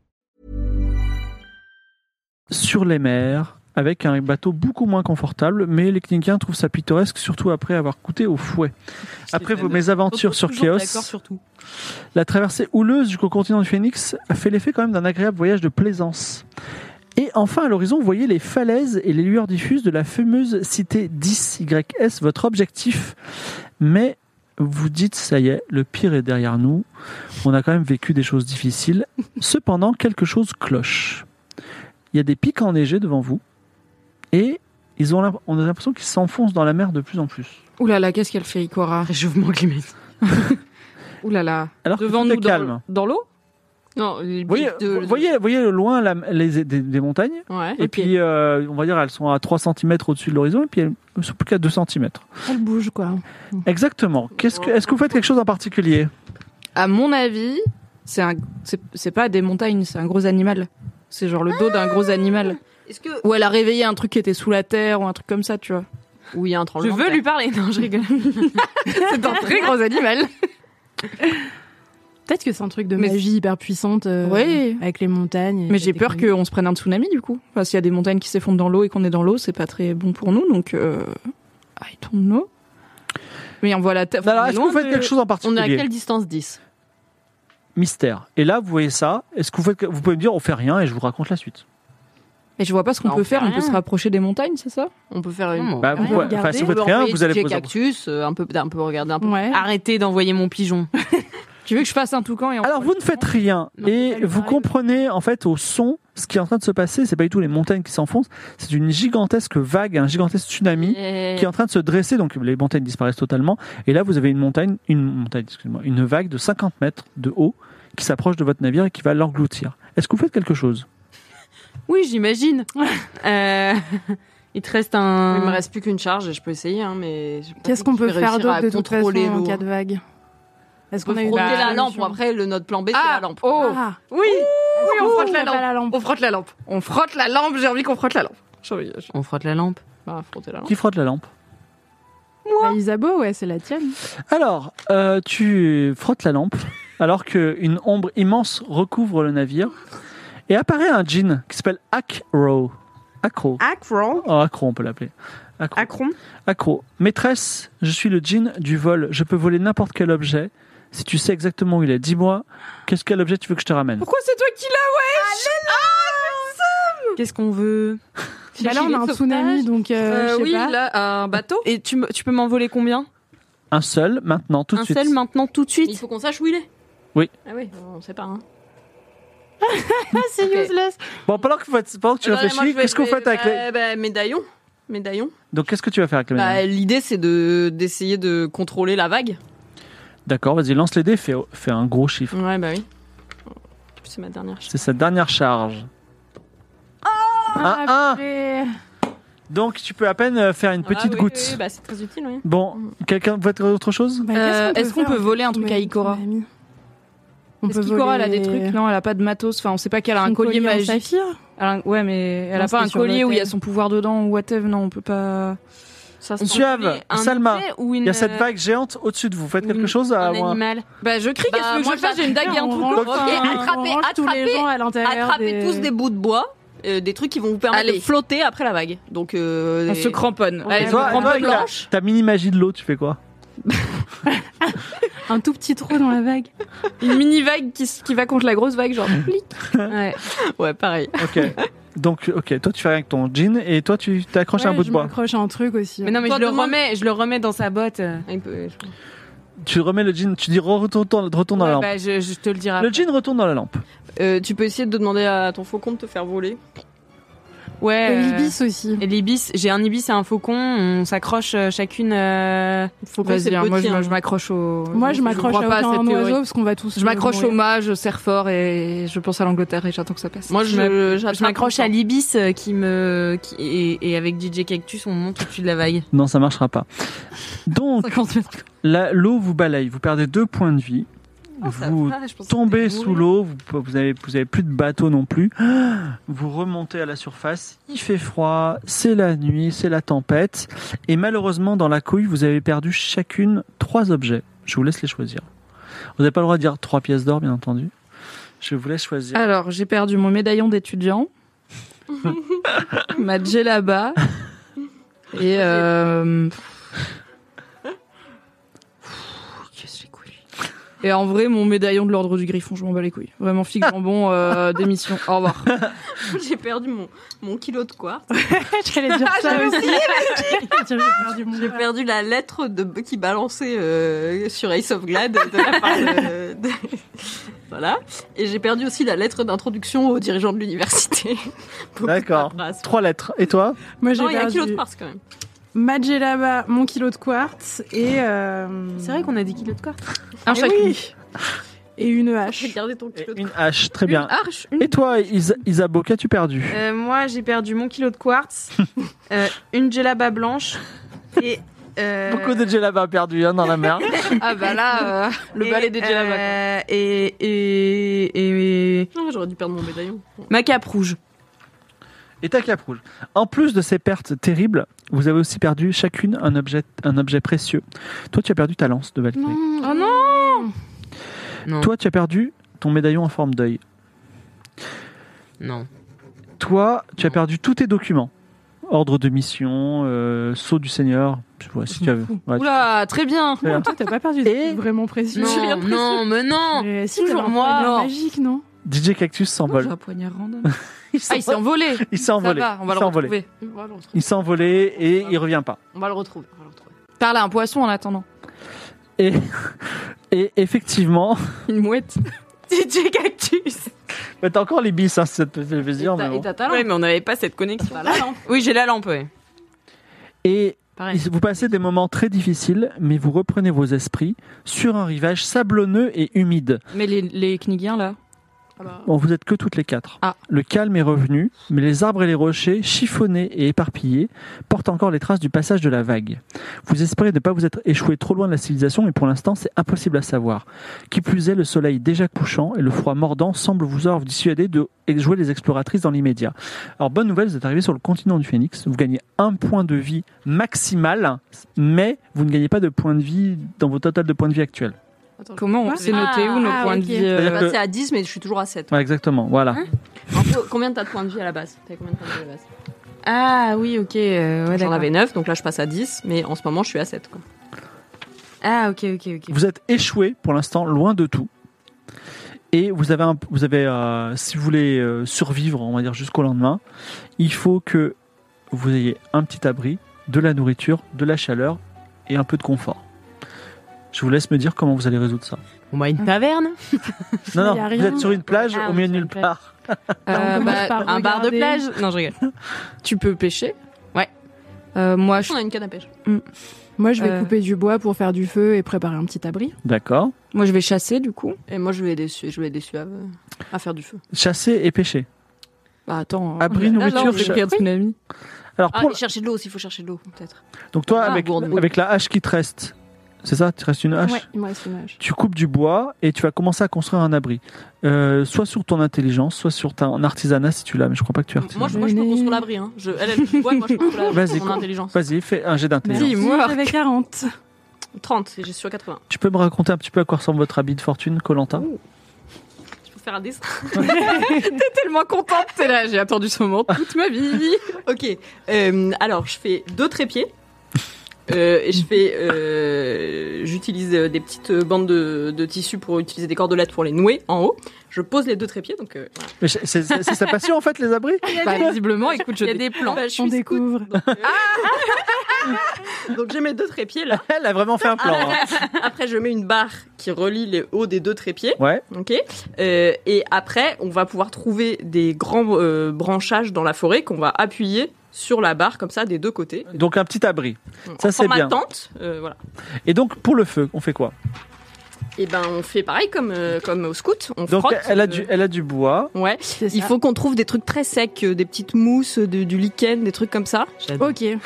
Speaker 4: sur les mers avec un bateau beaucoup moins confortable, mais les Kningiens trouvent ça pittoresque, surtout après avoir coûté au fouet. Après vos mésaventures sur Chaos, la traversée houleuse jusqu'au continent du Phoenix a fait l'effet quand même d'un agréable voyage de plaisance. Et enfin, à l'horizon, vous voyez les falaises et les lueurs diffuses de la fameuse cité 10YS, votre objectif. Mais vous dites, ça y est, le pire est derrière nous. On a quand même vécu des choses difficiles. Cependant, quelque chose cloche. Il y a des pics enneigés devant vous. Et ils ont l'imp- on a l'impression qu'ils s'enfoncent dans la mer de plus en plus.
Speaker 6: Ouh là là, qu'est-ce qu'elle fait, Ikora
Speaker 2: Réchauffement climatique.
Speaker 6: Ouh là là.
Speaker 4: Alors que
Speaker 6: Devant
Speaker 4: tout
Speaker 6: nous,
Speaker 4: est calme.
Speaker 6: dans, dans l'eau
Speaker 3: Non, les
Speaker 4: Voyez,
Speaker 3: pics de-
Speaker 4: voyez, voyez loin la- les, des, des montagnes.
Speaker 3: Ouais.
Speaker 4: Et puis, euh, on va dire, elles sont à 3 cm au-dessus de l'horizon, et puis elles ne sont plus qu'à 2 cm.
Speaker 8: Elle bouge, quoi.
Speaker 4: Exactement. Qu'est-ce que, est-ce que vous faites quelque chose en particulier
Speaker 6: À mon avis, c'est un, c'est c'est pas des montagnes, c'est un gros animal. C'est genre le dos d'un gros animal.
Speaker 3: Est-ce que.
Speaker 6: Ou elle a réveillé un truc qui était sous la terre ou un truc comme ça, tu vois.
Speaker 3: Oui, il y a un
Speaker 2: Je
Speaker 3: tremblement. de
Speaker 2: veux
Speaker 3: terre.
Speaker 2: lui parler. Non, je rigole.
Speaker 6: C'est un très gros animal.
Speaker 8: Peut-être que c'est un truc de
Speaker 6: Mais-
Speaker 8: magie hyper puissante. euh,
Speaker 6: Oui.
Speaker 8: Avec les montagnes. et
Speaker 6: Mais j'ai
Speaker 8: des
Speaker 6: peur
Speaker 8: conneries.
Speaker 6: qu'on se prenne un tsunami du coup. Enfin, s'il y a des montagnes qui s'effondrent dans l'eau et qu'on est dans l'eau, c'est pas très bon pour nous. Donc, euh, I don't know. Mais on voit la
Speaker 8: Euh,
Speaker 6: tête.
Speaker 4: Alors, est-ce que vous faites quelque chose en
Speaker 3: On est à
Speaker 4: particulier
Speaker 3: quelle distance 10
Speaker 4: Mystère. Et là, vous voyez ça. Est-ce que vous faites, vous pouvez me dire, on fait rien, et je vous raconte la suite.
Speaker 6: Et je vois pas ce qu'on
Speaker 3: Non, on
Speaker 6: peut
Speaker 3: fait
Speaker 6: faire. On
Speaker 3: rien.
Speaker 6: peut se rapprocher des montagnes, c'est ça
Speaker 3: On peut
Speaker 2: Hmm.
Speaker 3: faire une.
Speaker 4: Bah, vous
Speaker 8: on va
Speaker 4: pouvez-
Speaker 8: regarder,
Speaker 4: enfin, si
Speaker 8: on
Speaker 4: vous faites
Speaker 3: peut
Speaker 4: rien,
Speaker 3: envoyer
Speaker 4: vous allez
Speaker 3: Tiki
Speaker 4: poser.
Speaker 3: cactus, euh, un peu, un peu regarder un peu.
Speaker 8: Ouais.
Speaker 6: Ah,
Speaker 2: Arrêtez d'envoyer mon pigeon.
Speaker 6: Tu veux que je fasse un toucan et on-
Speaker 4: Alors vous ne faites rien
Speaker 8: Non,
Speaker 4: et
Speaker 8: elle lui
Speaker 4: vous
Speaker 8: arrive.
Speaker 4: comprenez en fait au son ce qui est en train de se passer. C'est pas du tout les montagnes qui s'enfoncent, c'est une gigantesque vague, un gigantesque tsunami
Speaker 2: Euh,
Speaker 3: Et-
Speaker 4: qui est en train de se dresser. Donc les montagnes disparaissent totalement et là vous avez une montagne, une montagne, excusez-moi, une vague de 50 mètres de haut qui s'approche de votre navire et qui va l'engloutir. Est-ce que vous faites quelque chose
Speaker 2: Oui, j'imagine. Euh, il te reste un.
Speaker 3: Il me reste plus qu'une charge et je peux essayer, hein, mais. j'ai pas
Speaker 8: Qu'est-ce
Speaker 3: fait
Speaker 8: qu'on
Speaker 3: qu'il
Speaker 8: peut
Speaker 3: vais
Speaker 8: faire
Speaker 3: réussir à
Speaker 8: d'autre de toute façon
Speaker 3: contrôler
Speaker 8: en
Speaker 3: l'eau.
Speaker 8: cas de vague Est-ce
Speaker 3: On
Speaker 8: qu'on
Speaker 3: peut
Speaker 8: a eu
Speaker 3: frotter la
Speaker 8: solution
Speaker 3: lampe. Après, le, notre plan B, c'est
Speaker 6: Ah,
Speaker 3: la lampe.
Speaker 6: oh
Speaker 8: Ah,
Speaker 6: Oui on frotte la
Speaker 5: Ouh, bah,
Speaker 6: lampe.
Speaker 5: la lampe.
Speaker 6: On frotte la lampe. On frotte la lampe. J'ai envie qu'on frotte la lampe. J'ai envie- j'ai-
Speaker 2: On frotte la lampe.
Speaker 3: Bah, frotter la lampe.
Speaker 4: Qui frotte la lampe
Speaker 8: Bah, Isabeau, ouais, c'est la tienne.
Speaker 4: Alors, euh, tu frottes la lampe, alors qu'une ombre immense recouvre le navire, et apparaît un djinn qui s'appelle Akro. Akro.
Speaker 5: Acron.
Speaker 4: Oh, Akro, on peut l'appeler. Akro.
Speaker 5: Acron.
Speaker 4: Akro. Maîtresse, je suis le djinn du vol. Je peux voler n'importe quel objet. Si tu sais exactement où il est, dis-moi, qu'est-ce quel objet tu veux que je te ramène
Speaker 6: Pourquoi c'est toi qui l'as
Speaker 2: Qu'est-ce qu'on veut
Speaker 8: Bah, là, on a un tsunami, donc euh, je sais
Speaker 6: Oui,
Speaker 8: pas.
Speaker 6: là, un bateau.
Speaker 2: Et tu, me- tu peux m'envoler combien
Speaker 4: Un seul, maintenant, tout de
Speaker 2: Un
Speaker 4: suite.
Speaker 2: seul maintenant, tout de
Speaker 3: Il
Speaker 2: suite
Speaker 3: faut qu'on sache où il est.
Speaker 4: Oui.
Speaker 3: Ah oui, on sait pas. Hein.
Speaker 8: Ah, c'est
Speaker 3: Ok.
Speaker 8: useless.
Speaker 4: Bon, pendant que, vous faites- pendant que tu
Speaker 3: Attendez, moi,
Speaker 4: réfléchis,
Speaker 3: je vais-
Speaker 4: qu'est-ce qu'on
Speaker 3: je vais-
Speaker 4: fait avec les...
Speaker 3: bah, bah, médaillon. Médaillon.
Speaker 4: Donc, qu'est-ce que tu vas faire avec les
Speaker 3: Bah,
Speaker 4: médailles
Speaker 3: L'idée, c'est de d'essayer de contrôler la vague.
Speaker 4: D'accord, vas-y, lance les dés, fais, fais un gros chiffre.
Speaker 3: Ouais, bah oui. C'est ma dernière chose.
Speaker 4: C'est sa dernière charge. Un, un.
Speaker 8: purée.
Speaker 4: Donc tu peux à peine euh, faire une petite goutte.
Speaker 3: bah, c'est très utile, oui.
Speaker 4: Bon, quelqu'un veut dire autre chose
Speaker 8: Bah,
Speaker 6: Euh,
Speaker 8: qu'est-ce
Speaker 6: Est-ce qu'on peut
Speaker 8: faire
Speaker 6: voler un truc
Speaker 8: Mais-
Speaker 6: à Ikora
Speaker 8: mais ami. On
Speaker 6: Est-ce
Speaker 8: peut
Speaker 6: qu'Ikora, elle
Speaker 8: voler
Speaker 6: a des trucs Non, elle a pas de matos. Enfin, on sait pas qu'elle a
Speaker 8: son
Speaker 6: un collier
Speaker 8: en
Speaker 6: magique.
Speaker 8: saphir.
Speaker 6: Elle a un- Ouais, mais elle
Speaker 8: Non,
Speaker 6: a pas
Speaker 8: c'était
Speaker 6: un
Speaker 8: sur
Speaker 6: collier où il y a
Speaker 8: l'hôtel.
Speaker 6: son pouvoir dedans ou whatever. Non, on peut pas.
Speaker 3: Ça,
Speaker 4: On suave, Salma, il y a cette vague géante au-dessus de vous. Faites quelque chose à
Speaker 2: euh, Un
Speaker 4: avoir-
Speaker 2: animal.
Speaker 6: Bah, je crie. Qu'est-ce
Speaker 3: Bah,
Speaker 6: que
Speaker 3: moi,
Speaker 6: je fais J'ai une dague et un
Speaker 8: On
Speaker 6: truc.
Speaker 8: range-
Speaker 4: Donc,
Speaker 8: enfin,
Speaker 3: et
Speaker 8: on
Speaker 5: Ah,
Speaker 3: attraper-
Speaker 8: range tous les
Speaker 3: attraper-
Speaker 8: gens à l'intérieur.
Speaker 3: Attrapez tous des bouts de bois, euh, des trucs qui vont vous permettre
Speaker 6: Allez.
Speaker 3: de flotter après la vague. Donc, euh,
Speaker 6: On
Speaker 3: des-
Speaker 6: se cramponne.
Speaker 8: Ouais,
Speaker 6: Allez,
Speaker 4: Et
Speaker 6: je
Speaker 8: on
Speaker 6: me
Speaker 4: toi,
Speaker 8: prend
Speaker 4: Anna,
Speaker 6: cramponne
Speaker 4: avec ta-
Speaker 6: là.
Speaker 4: ta mini magie de l'eau, tu fais quoi
Speaker 8: Un tout petit trou dans la vague.
Speaker 6: Une mini vague qui, s- qui va contre la grosse vague, genre. plic. ouais.
Speaker 3: Ouais, pareil.
Speaker 4: Ok. Donc, ok, toi tu fais rien avec ton jean et toi tu t'accroches à un
Speaker 8: Ouais,
Speaker 4: bout de
Speaker 8: je
Speaker 4: bois.
Speaker 8: m'accroche à un truc aussi.
Speaker 2: Mais non, mais
Speaker 3: Toi,
Speaker 2: je le,
Speaker 3: demande-
Speaker 2: remets, je le remets dans sa botte. Ouais,
Speaker 3: Un peu, je-
Speaker 4: Tu remets le jean, tu dis re- retourne, retourne dans la lampe.
Speaker 2: bah, je, je te le dirai.
Speaker 4: Le jean retourne dans la lampe.
Speaker 3: Euh, tu peux essayer de demander à ton faucon de te faire voler.
Speaker 2: Ouais.
Speaker 8: Et
Speaker 2: euh,
Speaker 8: l'ibis aussi.
Speaker 2: Et l'ibis, j'ai un ibis et un faucon, on s'accroche euh, chacune. euh,
Speaker 3: Faucon, c'est
Speaker 6: Vas-y, hein,
Speaker 3: petit,
Speaker 6: moi je,
Speaker 3: hein.
Speaker 6: je m'accroche au.
Speaker 8: Moi, je m'accroche à
Speaker 6: crois pas
Speaker 8: aucun
Speaker 6: cette théorie.
Speaker 8: oiseau parce qu'on va tous.
Speaker 6: Je m'accroche au
Speaker 8: mourir.
Speaker 6: mât, je serre fort et je pense à l'Angleterre et j'attends que ça passe.
Speaker 3: Moi, je,
Speaker 2: Je m'accroche à l'ibis euh, qui me. Qui, et, et avec DJ Cactus, on monte au-dessus de la vague.
Speaker 4: Non, ça marchera pas. Donc,
Speaker 6: 50 mètres.
Speaker 4: la- l'eau vous balaye, vous perdez deux points de vie. vous tombez sous l'eau, vous vous avez, vous avez plus de bateau non plus. Vous remontez à la surface, il fait froid, c'est la nuit, c'est la tempête. Et malheureusement, dans la couille, vous avez perdu chacune trois objets. Je vous laisse les choisir. Vous n'avez pas le droit de dire trois pièces d'or, bien entendu. Je vous laisse choisir.
Speaker 6: Alors, j'ai perdu mon médaillon d'étudiant, ma djellaba et. Euh... Qu'est-ce que les couilles Et en vrai, mon médaillon de l'ordre du griffon, je m'en bats les couilles. Vraiment, figue jambon, euh, démission. Au revoir.
Speaker 3: J'ai perdu mon, mon kilo de quartz.
Speaker 8: J'allais dire
Speaker 5: Ah,
Speaker 8: ça aussi. J'ai perdu mon
Speaker 3: J'ai
Speaker 8: bras.
Speaker 3: perdu la lettre de qui balançait euh, sur Ace of Glad de la part de- de- Voilà. Et j'ai perdu aussi la lettre d'introduction au dirigeant de l'université. Beaucoup de
Speaker 4: D'accord.
Speaker 3: paperasse.
Speaker 4: Ah, Trois lettres. Et toi
Speaker 8: Moi, j'ai
Speaker 3: Non, il y a un
Speaker 8: perdu
Speaker 3: kilo de quartz quand même.
Speaker 5: Magellaba, mon kilo de quartz et. euh,
Speaker 8: C'est vrai qu'on a des kilos de corps.
Speaker 6: Un
Speaker 5: Eh
Speaker 6: chacune.
Speaker 5: oui. Et une hache.
Speaker 3: J'ai gardé ton kilo de
Speaker 4: Une hache, très bien.
Speaker 6: Arche.
Speaker 4: Et toi, Isa- Isabeau, qu'as-tu perdu
Speaker 8: Euh, moi, j'ai perdu mon kilo de quartz, euh, une gelaba blanche et. euh,
Speaker 4: Beaucoup de djellabas perdus hein, dans la mer.
Speaker 6: Ah bah là, euh, le
Speaker 8: et,
Speaker 6: balai des djellabas. quoi.
Speaker 8: euh, et, et, et-
Speaker 3: quartz. J'aurais dû perdre mon médaillon.
Speaker 8: Ma cape rouge.
Speaker 4: et ta cape rouge. En plus de ces pertes terribles, vous avez aussi perdu chacune un objet, un objet précieux. Toi, tu as perdu ta lance de Valkyrie.
Speaker 8: Oh non
Speaker 2: Non.
Speaker 4: Toi, tu as perdu ton médaillon en forme d'œil.
Speaker 2: Non.
Speaker 4: Toi, tu as perdu tous tes documents. Ordre de mission, euh, sceau du Seigneur. Je vois si tu avais. Ouais, Ah, tu-
Speaker 6: Oula, très bien.
Speaker 4: Très bien.
Speaker 8: Toi, t'as pas perdu des trucs vraiment précieux.
Speaker 2: Non, non, mais non
Speaker 8: Mais si,
Speaker 6: toujours
Speaker 8: t'avais un
Speaker 6: moi,
Speaker 8: poignard
Speaker 6: non.
Speaker 8: magique, non
Speaker 4: DJ Cactus
Speaker 6: J'ai
Speaker 4: s'envole.
Speaker 6: un poignard random.
Speaker 4: Il s'envole.
Speaker 6: Ah, il s'est envolé.
Speaker 4: Il s'est
Speaker 6: Ça
Speaker 4: envolé.
Speaker 6: va, on va
Speaker 4: Il
Speaker 6: le
Speaker 4: s'est envolé.
Speaker 6: retrouver.
Speaker 3: On va le retrouver.
Speaker 4: Il s'est envolé et il revient pas.
Speaker 3: On va le retrouver. on va le retrouver.
Speaker 6: Parle à un poisson en attendant.
Speaker 4: Et, et effectivement,
Speaker 6: Une mouette.
Speaker 2: DJ Cactus
Speaker 4: bah, t'as encore les bis, hein, ça te fait plaisir. mais
Speaker 3: Et
Speaker 4: bon.
Speaker 3: t'as ta
Speaker 2: Ouais,
Speaker 3: lampe.
Speaker 2: mais on n'avait pas cette connexion.
Speaker 3: T'as la lampe.
Speaker 2: Oui, j'ai la lampe, ouais.
Speaker 4: Et
Speaker 2: Pareil.
Speaker 4: vous passez des moments très difficiles, mais vous reprenez vos esprits sur un rivage sablonneux et humide.
Speaker 6: Mais les, les Knigiens, là.
Speaker 5: Ah bah,
Speaker 4: Bon, vous êtes que toutes les quatre.
Speaker 6: Ah.
Speaker 4: Le calme est revenu, mais les arbres et les rochers, chiffonnés et éparpillés, portent encore les traces du passage de la vague. Vous espérez ne pas vous être échoué trop loin de la civilisation, mais pour l'instant, c'est impossible à savoir. Qui plus est, le soleil déjà couchant et le froid mordant semblent vous avoir dissuadé de jouer les exploratrices dans l'immédiat. Alors, bonne nouvelle, vous êtes arrivé sur le continent du Phénix. Vous gagnez un point de vie maximal, mais vous ne gagnez pas de points de vie dans vos total de points de vie actuels.
Speaker 6: Comment on
Speaker 5: Quoi
Speaker 6: s'est noté où nos
Speaker 5: Ah,
Speaker 6: points
Speaker 5: ok.
Speaker 6: de vie euh,
Speaker 4: C'est-à-dire
Speaker 3: Là,
Speaker 4: que-
Speaker 3: Euh, bah, c'est à 10, mais je suis toujours à 7.
Speaker 4: Ouais, exactement, voilà.
Speaker 3: En gros, combien t'as de points de vie à la base T'avais combien de points de vie à la base
Speaker 8: Ah oui, ok. euh, ouais,
Speaker 3: J'en
Speaker 8: d'accord.
Speaker 3: avais 9, donc là je passe à 10, mais en ce moment je suis à 7. Quoi.
Speaker 8: Ah ok, ok, ok.
Speaker 4: Vous êtes échoué pour l'instant, loin de tout. Et vous avez, un- vous avez euh, si vous voulez euh, survivre, on va dire jusqu'au lendemain, il faut que vous ayez un petit abri, de la nourriture, de la chaleur et un peu de confort. Je vous laisse me dire comment vous allez résoudre ça.
Speaker 2: On va à une taverne.
Speaker 4: Non, non,
Speaker 1: y a
Speaker 4: vous
Speaker 1: rien.
Speaker 4: êtes sur une plage
Speaker 6: Ah,
Speaker 4: au milieu
Speaker 6: oui,
Speaker 4: de
Speaker 6: sur
Speaker 4: nulle
Speaker 6: une plage.
Speaker 4: part.
Speaker 5: Ah,
Speaker 6: euh,
Speaker 1: on commence
Speaker 6: bah,
Speaker 1: par
Speaker 2: Ah.
Speaker 6: Un bar de
Speaker 1: regarder.
Speaker 6: plage Non, je rigole. tu peux pêcher Ouais. Euh, moi, je,
Speaker 3: On a une canne à pêche.
Speaker 9: Moi, je vais
Speaker 6: Euh.
Speaker 9: couper du bois pour faire du feu et préparer un petit abri.
Speaker 4: D'accord.
Speaker 6: moi, je vais chasser du coup.
Speaker 3: Et moi je vais aider, su- je vais aider Suave euh, à faire du feu.
Speaker 4: Chasser et pêcher.
Speaker 9: Bah attends, euh,
Speaker 4: Abri,
Speaker 6: hein. Ah, Là, là, on
Speaker 4: nourriture,
Speaker 6: fait
Speaker 4: cha-
Speaker 6: pire tsunami.
Speaker 4: Alors,
Speaker 3: Ah,
Speaker 4: pour-
Speaker 3: et chercher de l'eau aussi, il faut chercher de l'eau peut-être.
Speaker 4: donc toi,
Speaker 3: Ah,
Speaker 4: avec,
Speaker 3: gourde.
Speaker 4: avec la hache qui te reste, c'est ça Tu restes une hache
Speaker 9: ouais, il me reste une hache.
Speaker 4: tu coupes du bois et tu vas commencer à construire un abri. Euh, soit sur ton intelligence, soit sur ta- un artisanat si tu l'as, mais je crois pas que tu es
Speaker 3: Moi
Speaker 4: artisanat.
Speaker 3: je, moi, je peux construire l'abri. Hein. Je- Elle, elle boit, moi je peux construire
Speaker 4: Vas-y,
Speaker 3: l'abri. Mon
Speaker 4: con-
Speaker 3: intelligence.
Speaker 4: Vas-y, fais un jet d'intelligence.
Speaker 6: Dis-moi.
Speaker 9: J'avais 40.
Speaker 3: 30, et je suis sur 80.
Speaker 4: Tu peux me raconter un petit peu à quoi ressemble votre habit de fortune, Colanta
Speaker 3: Je peux faire un dessin.
Speaker 6: Tellement contente, t'es là. J'ai attendu ce moment toute ma vie.
Speaker 3: ok, euh, alors je fais deux trépieds. Euh, et je fais, euh, j'utilise euh, des petites bandes de, de tissu pour utiliser des cordelettes pour les nouer en haut. Je pose les deux trépieds, donc euh, voilà.
Speaker 4: Mais C'est c'est- c'est sa passion en fait, les abris
Speaker 6: Bah, visiblement, écoute, je
Speaker 3: Il y a
Speaker 6: des plans.
Speaker 3: Bah, je suis
Speaker 9: On
Speaker 3: scout,
Speaker 9: découvre.
Speaker 3: donc, euh, donc j'ai mes deux trépieds là.
Speaker 4: Elle a vraiment fait un plan. hein.
Speaker 3: Après, je mets une barre qui relie les hauts des deux trépieds.
Speaker 4: Ouais.
Speaker 3: Ok. Euh, et après, on va pouvoir trouver des grands euh, branchages dans la forêt qu'on va appuyer sur la barre comme ça des deux côtés.
Speaker 4: Donc un petit abri. Ça, c'est
Speaker 3: En format
Speaker 4: bien.
Speaker 3: tente, euh, voilà.
Speaker 4: Et donc pour le feu, on fait quoi
Speaker 3: Et ben, on fait pareil comme euh, comme au scout. On
Speaker 4: Donc
Speaker 3: frotte,
Speaker 4: elle a
Speaker 3: euh,
Speaker 4: du, elle a du bois.
Speaker 3: Ouais. Il faut qu'on trouve des trucs très secs, euh, des petites mousses, de- du lichen, des trucs comme ça.
Speaker 9: Ok. Il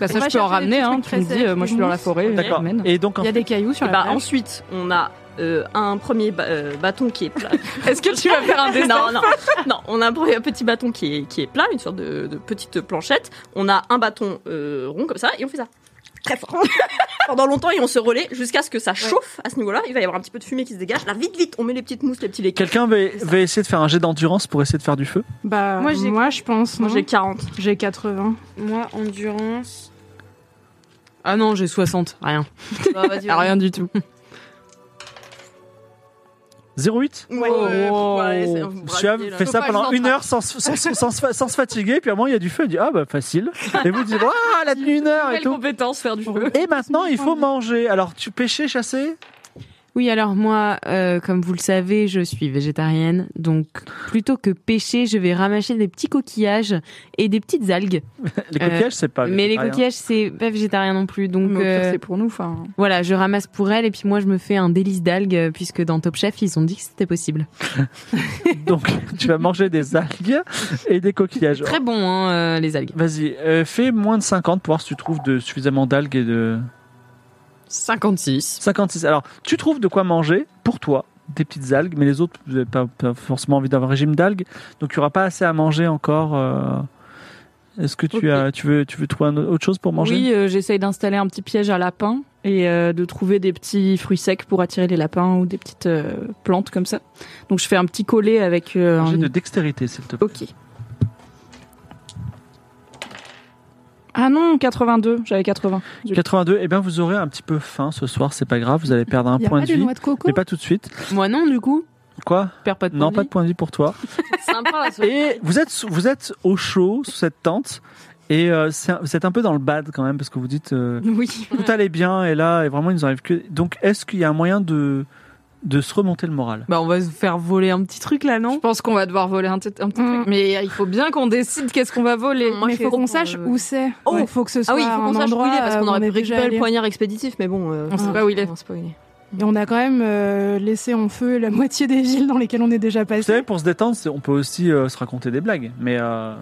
Speaker 6: Bah, ça,
Speaker 9: On va
Speaker 6: je peux en
Speaker 9: chercher
Speaker 6: ramener.
Speaker 9: des
Speaker 6: Hein.
Speaker 9: trucs
Speaker 6: Tu me
Speaker 9: très
Speaker 6: dis, euh,
Speaker 9: secs,
Speaker 6: moi, je suis dans la forêt. je
Speaker 4: D'accord.
Speaker 6: t'emmène.
Speaker 4: Et donc
Speaker 9: y a des cailloux
Speaker 3: Et
Speaker 4: Ah,
Speaker 9: sur la
Speaker 3: ben,
Speaker 9: plage.
Speaker 3: ensuite, on a euh, un premier ba- euh, bâton qui est plat.
Speaker 6: Est-ce que tu vas faire un dessin
Speaker 3: non, non, non, on a un pre- un petit bâton qui est, qui est plat, une sorte de, de petite planchette. On a un bâton euh, rond comme ça et on fait ça. Très fort. Pendant longtemps et on se relaie jusqu'à ce que ça chauffe à ce niveau-là. Il va y avoir un petit peu de fumée qui se dégage. Là, vite, vite, on met les petites mousses, les petits légumes.
Speaker 4: quelqu'un va, va essayer de faire un jet d'endurance pour essayer de faire du feu.
Speaker 9: Bah,
Speaker 8: Moi,
Speaker 9: moi,
Speaker 8: j'ai-
Speaker 9: je pense.
Speaker 3: Moi,
Speaker 9: non
Speaker 3: j'ai 40.
Speaker 9: J'ai 80.
Speaker 8: Moi, endurance.
Speaker 2: Ah non, j'ai 60. Rien. bah,
Speaker 6: Ah, Rien du tout.
Speaker 4: 08
Speaker 3: Ouais, ouais,
Speaker 6: Oh.
Speaker 3: ouais, c'est un
Speaker 4: Tu
Speaker 3: brasier, là.
Speaker 4: fait ça
Speaker 6: pas
Speaker 4: pendant
Speaker 6: que je
Speaker 4: une heure sans, se- sans, sans, sans, se- sans se fatiguer, puis à un moment il y a du feu, il dit ah bah facile. Et vous dites ah elle a tenu une heure et
Speaker 6: Quelle
Speaker 4: tout.
Speaker 6: compétence faire du feu
Speaker 4: Et maintenant il faut manger. Alors tu pêchais, chasser
Speaker 2: Oui, alors moi, euh, comme vous le savez, je suis végétarienne. Donc, plutôt que pêcher, je vais ramasser des petits coquillages et des petites algues.
Speaker 4: Les
Speaker 2: Euh,
Speaker 4: coquillages c'est pas.
Speaker 2: Mais les
Speaker 4: rien.
Speaker 2: coquillages, c'est pas végétarien non plus. Donc,
Speaker 9: Mais au pire,
Speaker 2: euh,
Speaker 9: c'est pour nous. Enfin,
Speaker 2: voilà, je ramasse pour elle et puis moi, je me fais un délice d'algues euh, puisque dans Top Chef, ils ont dit que c'était possible.
Speaker 4: Donc tu vas manger des algues et des coquillages.
Speaker 2: Très bon, hein, euh, les algues.
Speaker 4: Vas-y, euh, fais moins de 50 pour voir si tu trouves de, suffisamment d'algues et de
Speaker 6: 56.
Speaker 4: 56. Alors tu trouves de quoi manger pour toi des petites algues, mais les autres, vous n'avez pas, pas forcément envie d'avoir un régime d'algues, donc il n'y aura pas assez à manger encore. euh. Est-ce que tu,
Speaker 6: Ok.
Speaker 4: as, tu, veux, tu veux trouver un au- autre chose pour manger
Speaker 6: Oui, euh, j'essaye d'installer un petit piège à lapins et euh, de trouver des petits fruits secs pour attirer les lapins ou des petites euh, plantes comme ça. Donc je fais un petit collet avec. euh,
Speaker 4: Un jet
Speaker 6: un-
Speaker 4: de dextérité, s'il te plaît.
Speaker 6: Ok. Ah non, 82. J'avais 80.
Speaker 4: 82, eh bien vous aurez un petit peu faim ce soir, c'est pas grave, vous allez perdre un
Speaker 9: il y a
Speaker 4: point
Speaker 9: pas
Speaker 4: de
Speaker 9: de
Speaker 4: vie.
Speaker 9: noix de coco.
Speaker 4: Mais pas tout de suite.
Speaker 2: Moi, non, du coup,
Speaker 4: Quoi
Speaker 2: je perds pas de
Speaker 4: Non,
Speaker 2: points
Speaker 4: pas
Speaker 2: de
Speaker 4: de point de vie pour toi.
Speaker 3: Sympa, la sauce.
Speaker 4: Et vous êtes, sous- vous êtes au chaud sous cette tente. Et euh, c'est un- vous êtes un peu dans le bad quand même, parce que vous dites euh,
Speaker 6: Oui.
Speaker 4: tout allait bien, et là, et vraiment, il nous arrive que. Donc, est-ce qu'il y a un moyen de, de se remonter le moral
Speaker 2: vie. Bah, on va se faire voler un petit truc là,
Speaker 6: Je
Speaker 2: non
Speaker 6: pense qu'on va devoir voler un, petit- un petit
Speaker 9: Mm.
Speaker 6: truc. Mais euh, il faut bien qu'on décide qu'est-ce qu'on va voler.
Speaker 3: Moi,
Speaker 9: mais
Speaker 3: je
Speaker 9: faut
Speaker 3: fais-
Speaker 9: qu'on sache où c'est.
Speaker 3: Oh.
Speaker 9: il faut que ce soit
Speaker 3: Ah oui, il faut
Speaker 9: un
Speaker 3: qu'on sache où
Speaker 9: endroit
Speaker 3: il est parce
Speaker 9: euh,
Speaker 3: qu'on
Speaker 9: où
Speaker 3: aurait
Speaker 9: on
Speaker 3: pu
Speaker 9: est déjà
Speaker 3: récupérer le
Speaker 9: allé.
Speaker 3: poignard expéditif, mais bon. euh,
Speaker 6: On sait pas où Bah il est.
Speaker 3: On sait pas où il est.
Speaker 5: Et on a quand même euh, laissé en feu la moitié des villes dans lesquelles on est déjà
Speaker 4: Vous savez,
Speaker 5: passé.
Speaker 4: pour se détendre, c'est- on peut aussi euh, se raconter des blagues. Mais euh,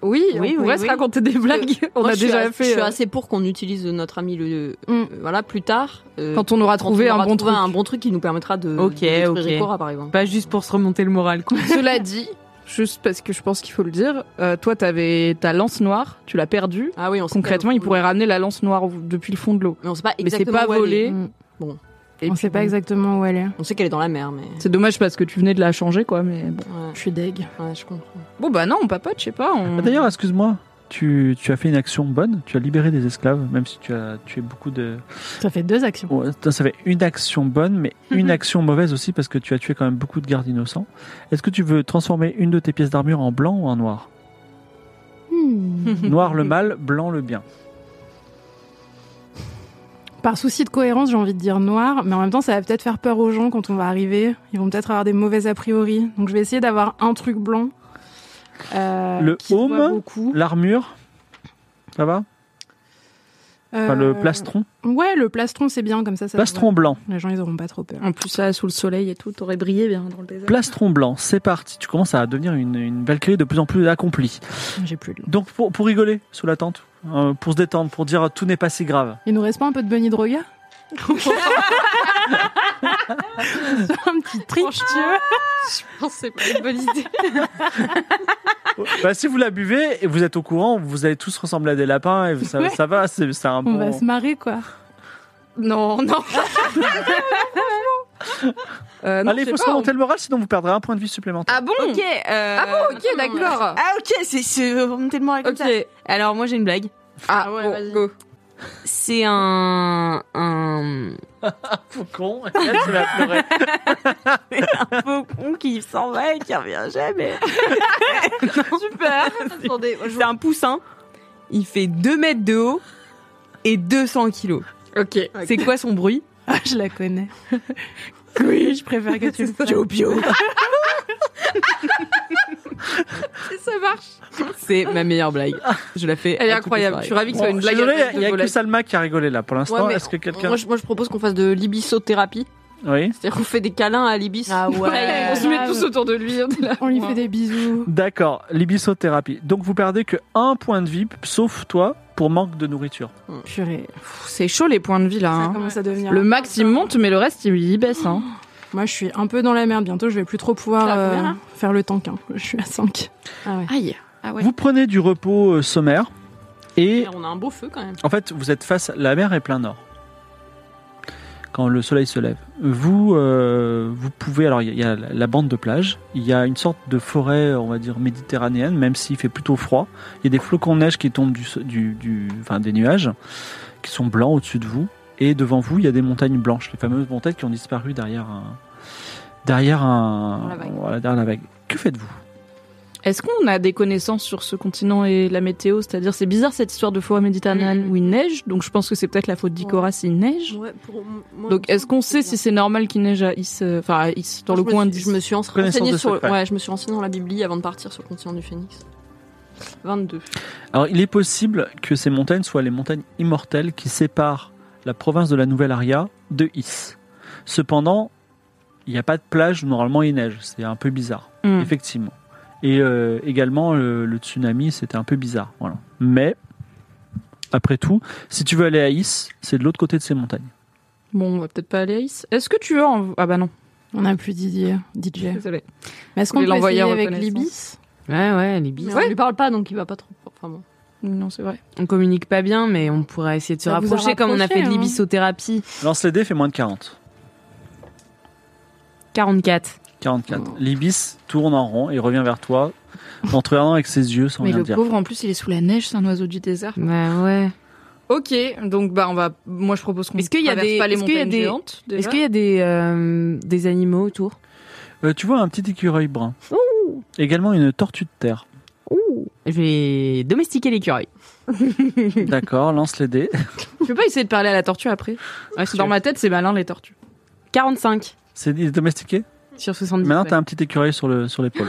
Speaker 3: Oui,
Speaker 10: oui,
Speaker 3: on pourrait
Speaker 10: oui.
Speaker 3: se raconter des blagues. On
Speaker 6: a
Speaker 3: je suis
Speaker 6: déjà
Speaker 3: a-
Speaker 6: fait,
Speaker 3: Je suis
Speaker 6: euh.
Speaker 3: assez pour qu'on utilise notre ami le.
Speaker 5: Mm.
Speaker 3: euh, voilà, plus tard. euh,
Speaker 6: Quand on aura trouvé
Speaker 3: aura
Speaker 6: un bon
Speaker 3: trouvé
Speaker 6: truc.
Speaker 3: un bon truc qui nous permettra de.
Speaker 2: Ok,
Speaker 3: de détruire
Speaker 2: ok.
Speaker 3: Ikora, par exemple.
Speaker 2: Pas juste pour se remonter le moral, quoi.
Speaker 6: Cela dit, juste parce que je pense qu'il faut le dire, euh, toi, t'avais ta lance noire, tu l'as perdue.
Speaker 3: Ah oui, on sait
Speaker 6: Concrètement,
Speaker 3: pas-
Speaker 6: il pourrait ramener la lance noire au- depuis le fond de l'eau.
Speaker 3: Mais on sait pas
Speaker 6: Mais c'est pas
Speaker 3: exactement. où elle est.
Speaker 6: volé.
Speaker 5: Mm.
Speaker 3: Bon.
Speaker 6: Et
Speaker 5: on
Speaker 6: puis
Speaker 5: sait pas
Speaker 6: bon.
Speaker 5: exactement où elle est.
Speaker 3: On sait qu'elle est dans la mer, mais.
Speaker 6: C'est dommage parce que tu venais de la changer, quoi. Mais bon.
Speaker 3: Ouais,
Speaker 5: Je suis deg.
Speaker 3: ouais, je comprends.
Speaker 6: Bon, bah non, on papote, je sais pas. on-
Speaker 4: Ah, D'ailleurs, excuse-moi, tu, tu as fait une action bonne, tu as libéré des esclaves, même si tu as tué beaucoup de...
Speaker 5: Ça fait deux actions.
Speaker 4: Ouais, attends, ça fait une action bonne, mais
Speaker 5: Mhm.
Speaker 4: une action mauvaise aussi, parce que tu as tué quand même beaucoup de gardes innocents. Est-ce que tu veux transformer une de tes pièces d'armure en blanc ou en noir
Speaker 5: Hmm.
Speaker 4: Noir le mal, blanc le bien.
Speaker 5: Par souci de cohérence, j'ai envie de dire noir, mais en même temps, ça va peut-être faire peur aux gens quand on va arriver. Ils vont peut-être avoir des mauvais a priori. Donc, je vais essayer d'avoir un truc blanc. euh,
Speaker 4: Le
Speaker 5: qui se voit
Speaker 4: home,
Speaker 5: beaucoup.
Speaker 4: L'armure, ça va Enfin,
Speaker 5: Euh,
Speaker 4: Le plastron
Speaker 5: Ouais, le plastron, c'est bien comme ça. ça
Speaker 4: Plastron blanc.
Speaker 5: Les gens, ils auront pas trop peur.
Speaker 6: En plus, là, sous le soleil et tout, t'aurais brillé bien dans le désert.
Speaker 4: Plastron blanc, c'est parti. Tu commences à devenir une, une Valkyrie de plus en plus accomplie.
Speaker 5: J'ai plus le.
Speaker 4: Donc, pour, pour rigoler sous la tente, euh, pour se détendre, pour dire tout n'est pas si grave.
Speaker 5: Il nous reste pas un peu de Bunny Droga Un petit trip, tu veux
Speaker 3: c'est pas une bonne idée.
Speaker 4: Bah, si vous la buvez et vous êtes au courant, vous allez tous ressembler à des lapins et ça,
Speaker 5: Ouais. Bah,
Speaker 4: ça va, c'est c'est un
Speaker 5: On
Speaker 4: bon.
Speaker 5: va se marrer, quoi.
Speaker 6: Non, non. Euh, non,
Speaker 4: allez, il
Speaker 6: je sais
Speaker 4: faut se
Speaker 6: pas, on-
Speaker 4: remonter le moral, sinon vous perdrez un point de vie supplémentaire.
Speaker 6: Ah bon
Speaker 10: Ok. euh,
Speaker 6: Ah bon, ok, d'accord.
Speaker 10: Ah ok, c'est c'est remonter le moral comme
Speaker 6: Ok.
Speaker 10: ça. Alors moi j'ai une blague.
Speaker 6: Ah,
Speaker 3: ouais,
Speaker 6: bon,
Speaker 3: vas-y.
Speaker 6: go.
Speaker 3: C'est un. un...
Speaker 4: Faux Ah, con. Là, tu vas pleurer.
Speaker 10: Un faux con qui s'en va et qui revient jamais. Super.
Speaker 3: Attendez,
Speaker 10: C'est un poussin. Il fait 2 mètres de haut et 200 kilos.
Speaker 6: Ok.
Speaker 10: C'est quoi son bruit
Speaker 5: Ah, je la connais.
Speaker 10: Oui,
Speaker 5: Je préfère que tu le fasses.
Speaker 6: Ça marche.
Speaker 3: c'est ma meilleure blague. Je la fais.
Speaker 6: Elle est incroyable. Je suis ravie que ce soit
Speaker 4: Bon,
Speaker 6: une
Speaker 4: je
Speaker 6: blague.
Speaker 4: suis désolé,
Speaker 6: à base
Speaker 4: il
Speaker 6: de
Speaker 4: n'y a, que
Speaker 6: volets.
Speaker 4: Salma qui a rigolé là pour l'instant.
Speaker 3: Ouais, mais
Speaker 4: Est-ce que quelqu'un.
Speaker 3: Moi, je, moi, je propose qu'on fasse de l'ibissothérapie.
Speaker 4: Oui.
Speaker 3: C'est-à-dire qu'on fait des câlins à l'ibis.
Speaker 5: Ah ouais.
Speaker 6: Ouais, on se met
Speaker 5: grave.
Speaker 6: tous autour de lui. on est là.
Speaker 5: On lui fait des bisous.
Speaker 4: D'accord, l'ibissothérapie. Donc vous perdez que un point de vie, sauf toi, pour manque de nourriture.
Speaker 5: Purée.
Speaker 6: Pff, C'est chaud les points de vie là.
Speaker 5: Ça
Speaker 6: hein.
Speaker 5: commence à devenir.
Speaker 6: Le max il monte, mais le reste il il baisse. Hein.
Speaker 5: Moi, je suis un peu dans la merde. Bientôt, je vais plus trop pouvoir
Speaker 10: Ça va combien,
Speaker 5: euh,
Speaker 10: là
Speaker 5: faire le tank. hein. Je suis à 5.
Speaker 6: Aïe. Ah ouais.
Speaker 4: Vous prenez du repos euh, sommaire et
Speaker 3: On a un beau feu quand même.
Speaker 4: En fait, vous êtes face, la mer est plein nord. Quand le soleil se lève, vous, euh, vous pouvez. Alors, il y a- il y, a la la bande de plage, il y a une sorte de forêt, on va dire méditerranéenne, même s'il fait plutôt froid. Il y a des flocons de neige qui tombent du, so- du, du- enfin, des nuages, qui sont blancs au-dessus de vous. Et devant vous, il y a des montagnes blanches, les fameuses montagnes qui ont disparu derrière un. Derrière un.
Speaker 3: la vague.
Speaker 4: voilà, derrière la vague. Que faites-vous
Speaker 6: Est-ce qu'on a des connaissances sur ce continent et la météo C'est-à-dire, c'est bizarre cette histoire de forêt méditerranéenne
Speaker 3: Mhm.
Speaker 6: où il neige, donc je pense que c'est peut-être la faute d'Icora s'il neige. Donc, est-ce qu'on sait si c'est normal qu'il neige à Is, euh, enfin à Is, dans le coin
Speaker 3: Je
Speaker 6: d'Is
Speaker 3: me suis
Speaker 4: Connaissance de
Speaker 3: renseignée sur.
Speaker 4: secret.
Speaker 3: Ouais, je me suis renseignée dans la Bibli avant de partir sur le continent du Phénix. 22.
Speaker 4: Alors, il est possible que ces montagnes soient les montagnes immortelles qui séparent la province de la Nouvelle-Aria de Is. Cependant, il n'y a pas de plage où normalement il neige. C'est un peu bizarre,
Speaker 6: Hmm.
Speaker 4: effectivement. Et euh, également, le, le tsunami, c'était un peu bizarre. Voilà. Mais, après tout, si tu veux aller à Is, c'est de l'autre côté de ces montagnes.
Speaker 6: Bon, on va peut-être pas aller à Is. Est-ce que tu veux en... Ah bah non,
Speaker 5: On n'a plus
Speaker 9: euh,
Speaker 5: Didier. DJ.
Speaker 6: désolé.
Speaker 5: Mais est-ce
Speaker 6: Vous
Speaker 5: qu'on
Speaker 6: voulez
Speaker 5: peut
Speaker 6: l'envoyer
Speaker 5: essayer
Speaker 6: en
Speaker 5: avec
Speaker 6: reconnaissance
Speaker 5: l'Ibis
Speaker 2: Ouais, ouais, les bis.
Speaker 3: Mais on lui parle pas donc il va pas trop. Enfin bon.
Speaker 6: Non, c'est vrai.
Speaker 2: On communique pas bien, mais on pourrait essayer de se
Speaker 5: Bah, vous en
Speaker 2: rapprocher comme on a fait de
Speaker 5: rapprochez, hein.
Speaker 2: l'ibissothérapie.
Speaker 4: Lance les dés, fait moins de 40.
Speaker 2: 44.
Speaker 4: 44. L'Ibis tourne en rond et revient vers toi, en te regardant avec ses yeux sans
Speaker 6: Mais
Speaker 4: rien
Speaker 6: le
Speaker 4: dire.
Speaker 6: pauvre, en plus, il est sous la neige, c'est un oiseau du désert.
Speaker 2: Bah ouais.
Speaker 6: Ok, donc bah on va. Moi, je propose qu'on.
Speaker 2: Est-ce qu'il y a
Speaker 6: traverse
Speaker 2: des-
Speaker 6: pas les
Speaker 2: est-ce qu'il y a
Speaker 6: montagnes
Speaker 2: des-
Speaker 6: géantes déjà
Speaker 2: Est-ce qu'il y a des, euh, des animaux autour
Speaker 4: Euh, tu vois un petit écureuil brun. Également une tortue de terre.
Speaker 2: Je vais domestiquer l'écureuil.
Speaker 4: D'accord, lance les dés.
Speaker 6: Tu peux pas essayer de parler à la tortue après
Speaker 2: Ouais,
Speaker 6: Dans ma tête, c'est malin les tortues.
Speaker 2: 45
Speaker 4: C'est il est domestiqué
Speaker 2: sur 70.
Speaker 4: Maintenant,
Speaker 2: ouais.
Speaker 4: t'as un petit écureuil sur le- sur l'épaule.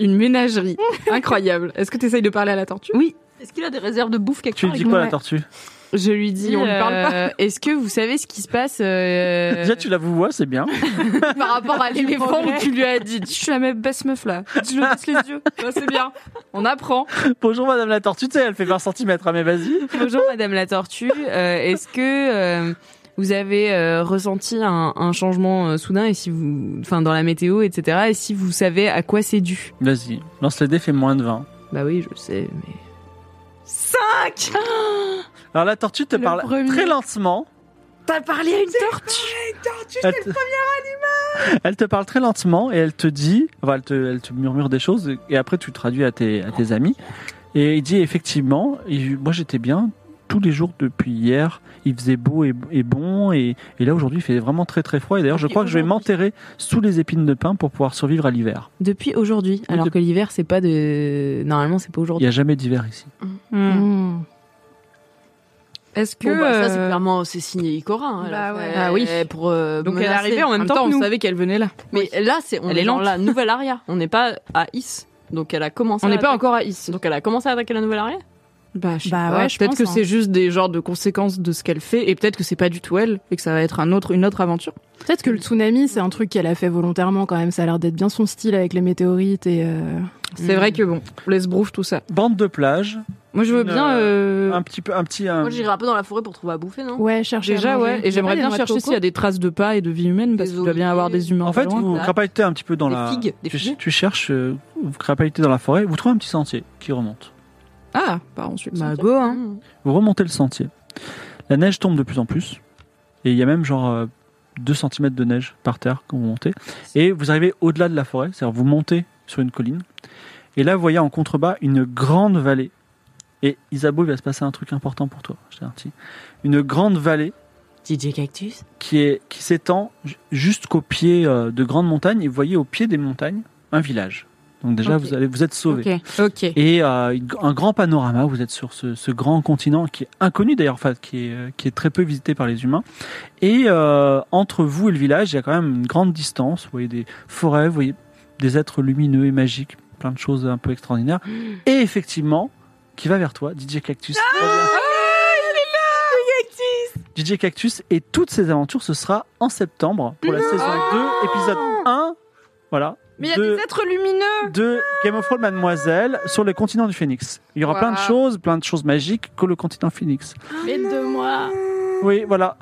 Speaker 6: Une ménagerie. Incroyable. Est-ce que tu essayes de parler à la tortue
Speaker 3: Est-ce qu'il a des réserves de bouffe quelque
Speaker 4: tu
Speaker 3: part
Speaker 4: lui dis quoi, la
Speaker 5: ouais.
Speaker 4: tortue
Speaker 8: Je lui dis,
Speaker 6: on lui parle
Speaker 8: euh, est-ce que vous savez ce qui se passe euh,
Speaker 4: Déjà, tu la vois, c'est bien.
Speaker 6: Par rapport à l'éléphant où
Speaker 8: progrès.
Speaker 6: tu lui as dit, je suis la même baisse meuf là. Je le baisse les yeux. Ouais, c'est bien. On apprend.
Speaker 4: Bonjour Madame la Tortue, tu sais, elle fait 20 cm, mais vas-y.
Speaker 8: Bonjour Madame la Tortue, Euh, est-ce que euh, vous avez euh, ressenti un, un changement euh, soudain et si vous, enfin dans la météo, etc. Et si vous savez à quoi c'est dû
Speaker 4: Vas-y, lance les dés, fait moins de 20.
Speaker 8: Bah oui, je sais, mais 5
Speaker 4: Alors la tortue te parle très lentement.
Speaker 8: T'as parlé à une tortue
Speaker 4: Elle te... Elle te parle très lentement et elle te dit, enfin, elle, te, elle te murmure des choses et après tu traduis à tes, à tes amis. Et il dit effectivement, et moi j'étais bien tous les jours depuis hier, il faisait beau et, et bon et, et là aujourd'hui il fait vraiment très très froid et d'ailleurs je
Speaker 8: Depuis
Speaker 4: crois que je vais
Speaker 8: aujourd'hui.
Speaker 4: m'enterrer sous les épines de pin pour pouvoir survivre à l'hiver.
Speaker 8: Depuis aujourd'hui, alors
Speaker 4: depuis-
Speaker 8: que l'hiver c'est pas de, normalement c'est pas
Speaker 4: Il n'y
Speaker 8: aujourd'hui.
Speaker 4: a jamais d'hiver ici.
Speaker 9: Hmm.
Speaker 6: Est-ce que.
Speaker 3: Bon, bah, ça, c'est
Speaker 6: euh,
Speaker 3: clairement, c'est signé Ikora. hein, elle a
Speaker 9: Bah
Speaker 3: fait-
Speaker 9: ouais.
Speaker 6: Ah oui.
Speaker 3: euh, Pour, euh,
Speaker 6: Donc elle est
Speaker 3: menacer.
Speaker 6: arrivée en même, temps, on savait qu'elle venait là.
Speaker 3: Mais là, c'est, on
Speaker 6: Elle
Speaker 3: est,
Speaker 6: est
Speaker 3: dans
Speaker 6: lente.
Speaker 3: la nouvelle aria. On n'est pas à Is. Donc elle a commencé.
Speaker 6: On
Speaker 3: à
Speaker 6: n'est pas
Speaker 3: attaquer-
Speaker 6: encore à Is.
Speaker 3: Donc elle a commencé à attaquer la nouvelle aria.
Speaker 6: Bah, je sais
Speaker 9: Bah
Speaker 6: pas.
Speaker 9: ouais, je
Speaker 6: peut-être
Speaker 9: pense,
Speaker 6: que
Speaker 9: hein.
Speaker 6: c'est juste des genres de conséquences de ce qu'elle fait et peut-être que c'est pas du tout elle et que ça va être un autre, une autre aventure.
Speaker 9: Peut-être que le tsunami, c'est un truc qu'elle a fait volontairement quand même. Ça a l'air d'être bien son style avec les météorites et. euh,
Speaker 6: C'est
Speaker 3: Mm.
Speaker 6: vrai que bon, laisse brouf tout ça.
Speaker 4: Bande de plage,
Speaker 6: Moi je veux
Speaker 4: Une,
Speaker 6: bien. euh,
Speaker 4: un petit peu un petit un-
Speaker 3: Moi, j'irai un peu dans la forêt pour trouver à bouffer, non
Speaker 9: Ouais, chercher. à
Speaker 6: Déjà,
Speaker 9: manger.
Speaker 6: ouais, et j'aimerais bien chercher s'il y a des traces de pas et de vie humaine, parce
Speaker 3: Des
Speaker 6: qu'il doit bien y avoir des humains.
Speaker 4: En
Speaker 6: pas
Speaker 4: fait,
Speaker 6: loin.
Speaker 4: vous
Speaker 3: là.
Speaker 4: crapahutez un petit peu dans
Speaker 3: Des
Speaker 4: la
Speaker 3: figues, des
Speaker 4: tu,
Speaker 3: figues.
Speaker 4: tu cherches euh, vous crapahutez dans la forêt, vous trouvez un petit sentier qui remonte.
Speaker 6: Ah, bah ensuite.
Speaker 8: Bah go hein.
Speaker 4: Vous remontez le sentier. La neige tombe de plus en plus. Et il y a même genre euh, 2 cm de neige par terre quand vous montez. Et vous arrivez au-delà de la forêt, c'est-à-dire vous montez sur une colline. Et là, vous voyez en contrebas une grande vallée. Et Isabeau, il va se passer un truc important pour toi. Je t'avertis. Une grande vallée
Speaker 8: DJ Cactus.
Speaker 4: qui est qui s'étend ju- jusqu'au pied euh, de grandes montagnes. Et vous voyez au pied des montagnes un village. Donc déjà,
Speaker 6: Ok.
Speaker 4: vous, allez, vous êtes sauvé.
Speaker 6: Ok, ok.
Speaker 4: Et euh, une- un grand panorama, vous êtes sur ce, ce grand continent qui est inconnu d'ailleurs, enfin, qui est, euh, qui est très peu visité par les humains. Et euh, entre vous et le village, il y a quand même une grande distance. Vous voyez des forêts, vous voyez des êtres lumineux et magiques, plein de choses un peu extraordinaires. Et effectivement, qui va vers toi, DJ Cactus.
Speaker 6: Ah,
Speaker 4: DJ Cactus et toutes ses aventures, ce sera en septembre pour la saison 2, épisode 1. Voilà.
Speaker 6: Mais il y a
Speaker 4: de-
Speaker 6: des êtres lumineux
Speaker 4: de Game of Thrones Mademoiselle sur le continent du Phoenix. Il y aura
Speaker 6: Wow.
Speaker 4: plein de choses, plein de choses magiques que le continent Phoenix.
Speaker 9: Ah, Mais de moi.
Speaker 4: Oui, voilà.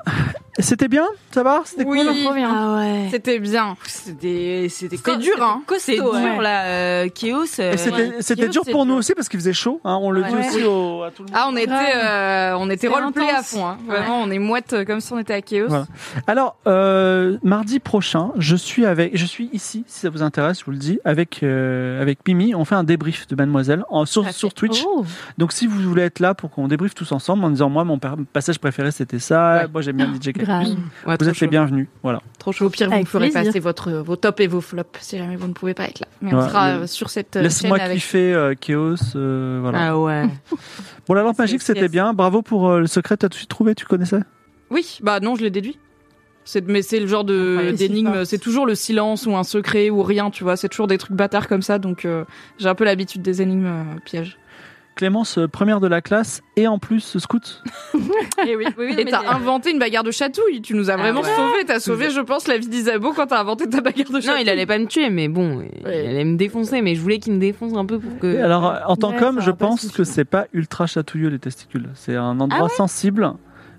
Speaker 4: C'était bien Ça va C'était cool
Speaker 9: Trop
Speaker 1: hein.
Speaker 9: bien.
Speaker 6: C'était bien.
Speaker 3: C'était, c'était,
Speaker 6: C'était dur, hein.
Speaker 3: Costaud,
Speaker 8: C'est
Speaker 3: ouais.
Speaker 8: dur là, euh, Chaos. euh,
Speaker 4: Et C'était c'était dur pour nous aussi parce qu'il faisait chaud. hein, on le dit
Speaker 9: Ouais.
Speaker 4: aussi au- à tout le monde.
Speaker 6: Ah, on était,
Speaker 9: Grave.
Speaker 6: euh, on
Speaker 9: C'était
Speaker 6: était roleplay à
Speaker 9: intense.
Speaker 6: fond. hein. Vraiment, on est moite euh, comme si on était à Chaos.
Speaker 4: Voilà. Alors, euh, mardi prochain, je suis avec, je suis ici, si ça vous intéresse, je vous le dis, avec, euh, avec Mimi. On fait un débrief de Mademoiselle en, sur, sur Twitch.
Speaker 9: Oh,
Speaker 4: Donc, si vous voulez être là pour qu'on débriefe tous ensemble en disant, moi, mon par- passage préféré, c'était ça. Moi, j'aime bien DJ Khaled.
Speaker 9: Grave.
Speaker 6: Ouais,
Speaker 4: Vous
Speaker 6: trop
Speaker 4: êtes les
Speaker 6: chaud.
Speaker 4: bienvenus. Voilà.
Speaker 6: Trop chaud. Au pire, vous
Speaker 9: Avec
Speaker 6: me ferez
Speaker 9: plaisir.
Speaker 6: passer votre, vos tops et vos flops si jamais vous ne pouvez pas être là. Mais
Speaker 4: Ouais,
Speaker 6: on sera
Speaker 4: le-
Speaker 6: euh, sur cette euh, chaîne
Speaker 4: Laisse-moi
Speaker 6: avec.
Speaker 4: kiffer euh, Chaos. euh, voilà.
Speaker 8: Ah ouais.
Speaker 4: Bon, la lampe
Speaker 6: C'est-
Speaker 4: magique,
Speaker 6: c'est-
Speaker 4: c'était bien. Bravo pour euh, le secret. T'as tout de suite trouvé, tu connaissais
Speaker 6: Oui, bah non, je l'ai déduit. C'est, mais c'est le genre de,
Speaker 9: Ouais,
Speaker 6: d'énigme,
Speaker 9: c'est
Speaker 6: c'est toujours le silence ou un secret ou rien, tu vois. C'est toujours des trucs bâtards comme ça, donc euh, j'ai un peu l'habitude des énigmes euh, pièges.
Speaker 4: Clémence, euh, première de la classe, et en plus, ce scout.
Speaker 3: Et oui, oui, oui,
Speaker 6: Et
Speaker 3: mais
Speaker 6: t'as
Speaker 3: c'est- Ah
Speaker 6: inventé une bagarre de chatouille, tu nous as vraiment
Speaker 3: ouais.
Speaker 6: sauvé, t'as sauvé, je pense, la vie d'Isabeau quand t'as inventé ta bagarre de
Speaker 8: Non,
Speaker 6: chatouille.
Speaker 8: il allait pas me tuer, mais bon, il allait me défoncer, mais je voulais qu'il me défonce un peu pour
Speaker 4: Et
Speaker 8: que.
Speaker 4: Alors, euh, en tant
Speaker 9: ouais,
Speaker 4: qu'homme,
Speaker 9: ça
Speaker 4: je
Speaker 9: va pas
Speaker 4: pense
Speaker 9: suffire.
Speaker 4: que c'est pas ultra chatouilleux les testicules. C'est un endroit sensible,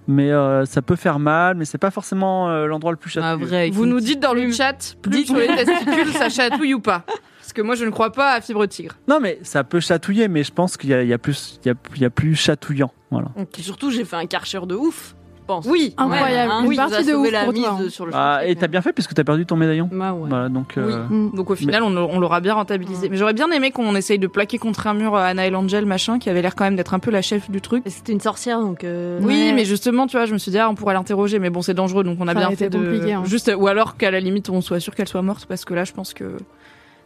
Speaker 4: mais euh, ça peut faire mal, mais c'est pas forcément euh, l'endroit le plus
Speaker 8: Ah,
Speaker 4: chatouilleux.
Speaker 8: vrai.
Speaker 6: Vous nous dites dans le chat, dites sur les testicules, ça chatouille ou pas. Parce que moi, je ne crois pas à Fibre Tigre.
Speaker 4: Non, mais ça peut chatouiller, mais je pense qu'il y, a- il y a plus, il y a, il y a plus chatouillant. Voilà.
Speaker 3: Hum. Et surtout, j'ai fait un karcher de ouf, je pense.
Speaker 6: Oui,
Speaker 9: Incroyable.
Speaker 3: hein,
Speaker 9: Une
Speaker 3: oui, il nous a
Speaker 9: partie de
Speaker 3: sauvé
Speaker 9: ouf
Speaker 3: la
Speaker 9: pour
Speaker 3: mise
Speaker 9: toi. hein.
Speaker 3: sur le
Speaker 4: Ah,
Speaker 3: chantier,
Speaker 4: et t'as bien fait puisque t'as perdu ton médaillon.
Speaker 3: Bah ouais.
Speaker 4: Voilà, donc. euh,
Speaker 9: Mm.
Speaker 6: Donc au final, on, on l'aura bien
Speaker 3: Ah.
Speaker 6: rentabilisé. Mais j'aurais bien aimé qu'on essaye de plaquer contre un mur euh, Anna et l'Angel, machin, qui avait l'air quand même d'être un peu la chef du truc.
Speaker 3: Et c'était une sorcière, donc. euh,
Speaker 6: Oui,
Speaker 9: Ouais.
Speaker 6: mais justement, tu vois, je me suis dit, ah, on pourrait l'interroger, mais bon, c'est dangereux, donc on a
Speaker 9: Ça
Speaker 6: bien
Speaker 9: aurait
Speaker 6: fait
Speaker 9: été
Speaker 6: de.
Speaker 9: compliqué, hein.
Speaker 6: Juste, ou alors qu'à la limite, on soit sûr qu'elle soit morte, parce que là, je pense que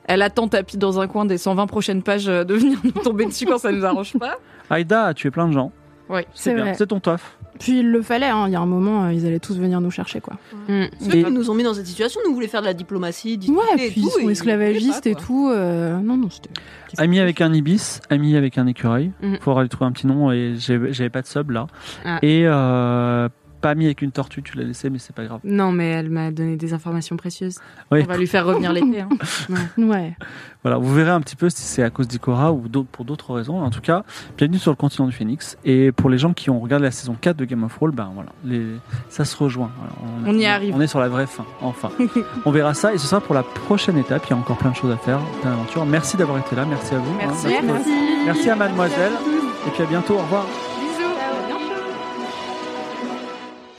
Speaker 6: elle attend tapis dans un coin des 120 prochaines pages euh, de venir nous tomber dessus quand ça nous arrange pas.
Speaker 4: Aïda a tué plein de gens.
Speaker 6: Ouais.
Speaker 4: C'est bien.
Speaker 9: vrai.
Speaker 4: C'est ton taf.
Speaker 9: Puis il le fallait, hein. il y a un moment, euh, ils allaient tous venir nous chercher, quoi.
Speaker 8: Hmm.
Speaker 3: Ceux qui nous ont mis dans cette situation nous voulaient faire de la diplomatie, discuter
Speaker 9: Ouais,
Speaker 3: et
Speaker 9: puis ils
Speaker 3: tout,
Speaker 9: sont
Speaker 3: et-
Speaker 9: esclavagistes et
Speaker 3: quoi.
Speaker 9: tout. euh, Non, non, c'était.
Speaker 4: Ami avec un ibis, ami avec un écureuil.
Speaker 6: Mhm.
Speaker 4: Faut aller trouver un petit nom et j'ai- j'avais pas de sub là.
Speaker 6: Ah.
Speaker 4: Et euh, pas ami avec une tortue, tu l'as laissé, mais c'est pas grave.
Speaker 6: Non, mais elle m'a donné des informations précieuses.
Speaker 4: Oui.
Speaker 6: On va lui faire revenir l'été. hein.
Speaker 9: Ouais.
Speaker 4: Voilà, vous verrez un petit peu si c'est à cause d'Ikora ou d'autres- pour d'autres raisons. En tout cas, bienvenue sur le continent du Phoenix. Et pour les gens qui ont regardé la saison 4 de Game of Thrones, ben voilà, les- ça se rejoint. Voilà,
Speaker 6: On y arrive.
Speaker 4: On est sur la vraie fin, enfin. on verra ça et ce sera pour la prochaine étape. Il y a encore plein de choses à faire, plein d'aventures. Merci d'avoir été là, merci à vous.
Speaker 6: Merci.
Speaker 4: hein, parce que- merci à mademoiselle. Et puis à bientôt, au revoir.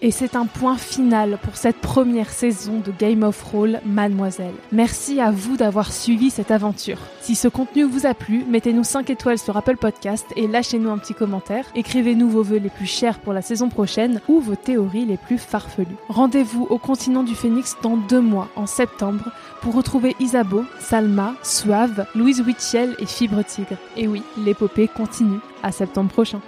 Speaker 1: Et c'est un point final pour cette première saison de Game of Roll Mademoiselle. Merci à vous d'avoir suivi cette aventure. Si ce contenu vous a plu, mettez-nous 5 étoiles sur Apple Podcast et lâchez-nous un petit commentaire. Écrivez-nous vos vœux les plus chers pour la saison prochaine ou vos théories les plus farfelues. Rendez-vous au continent du Phénix dans deux mois, en septembre, pour retrouver Isabeau, Salma, Suave, Louise Witchell et Fibre Tigre. Et oui, l'épopée continue. À septembre prochain.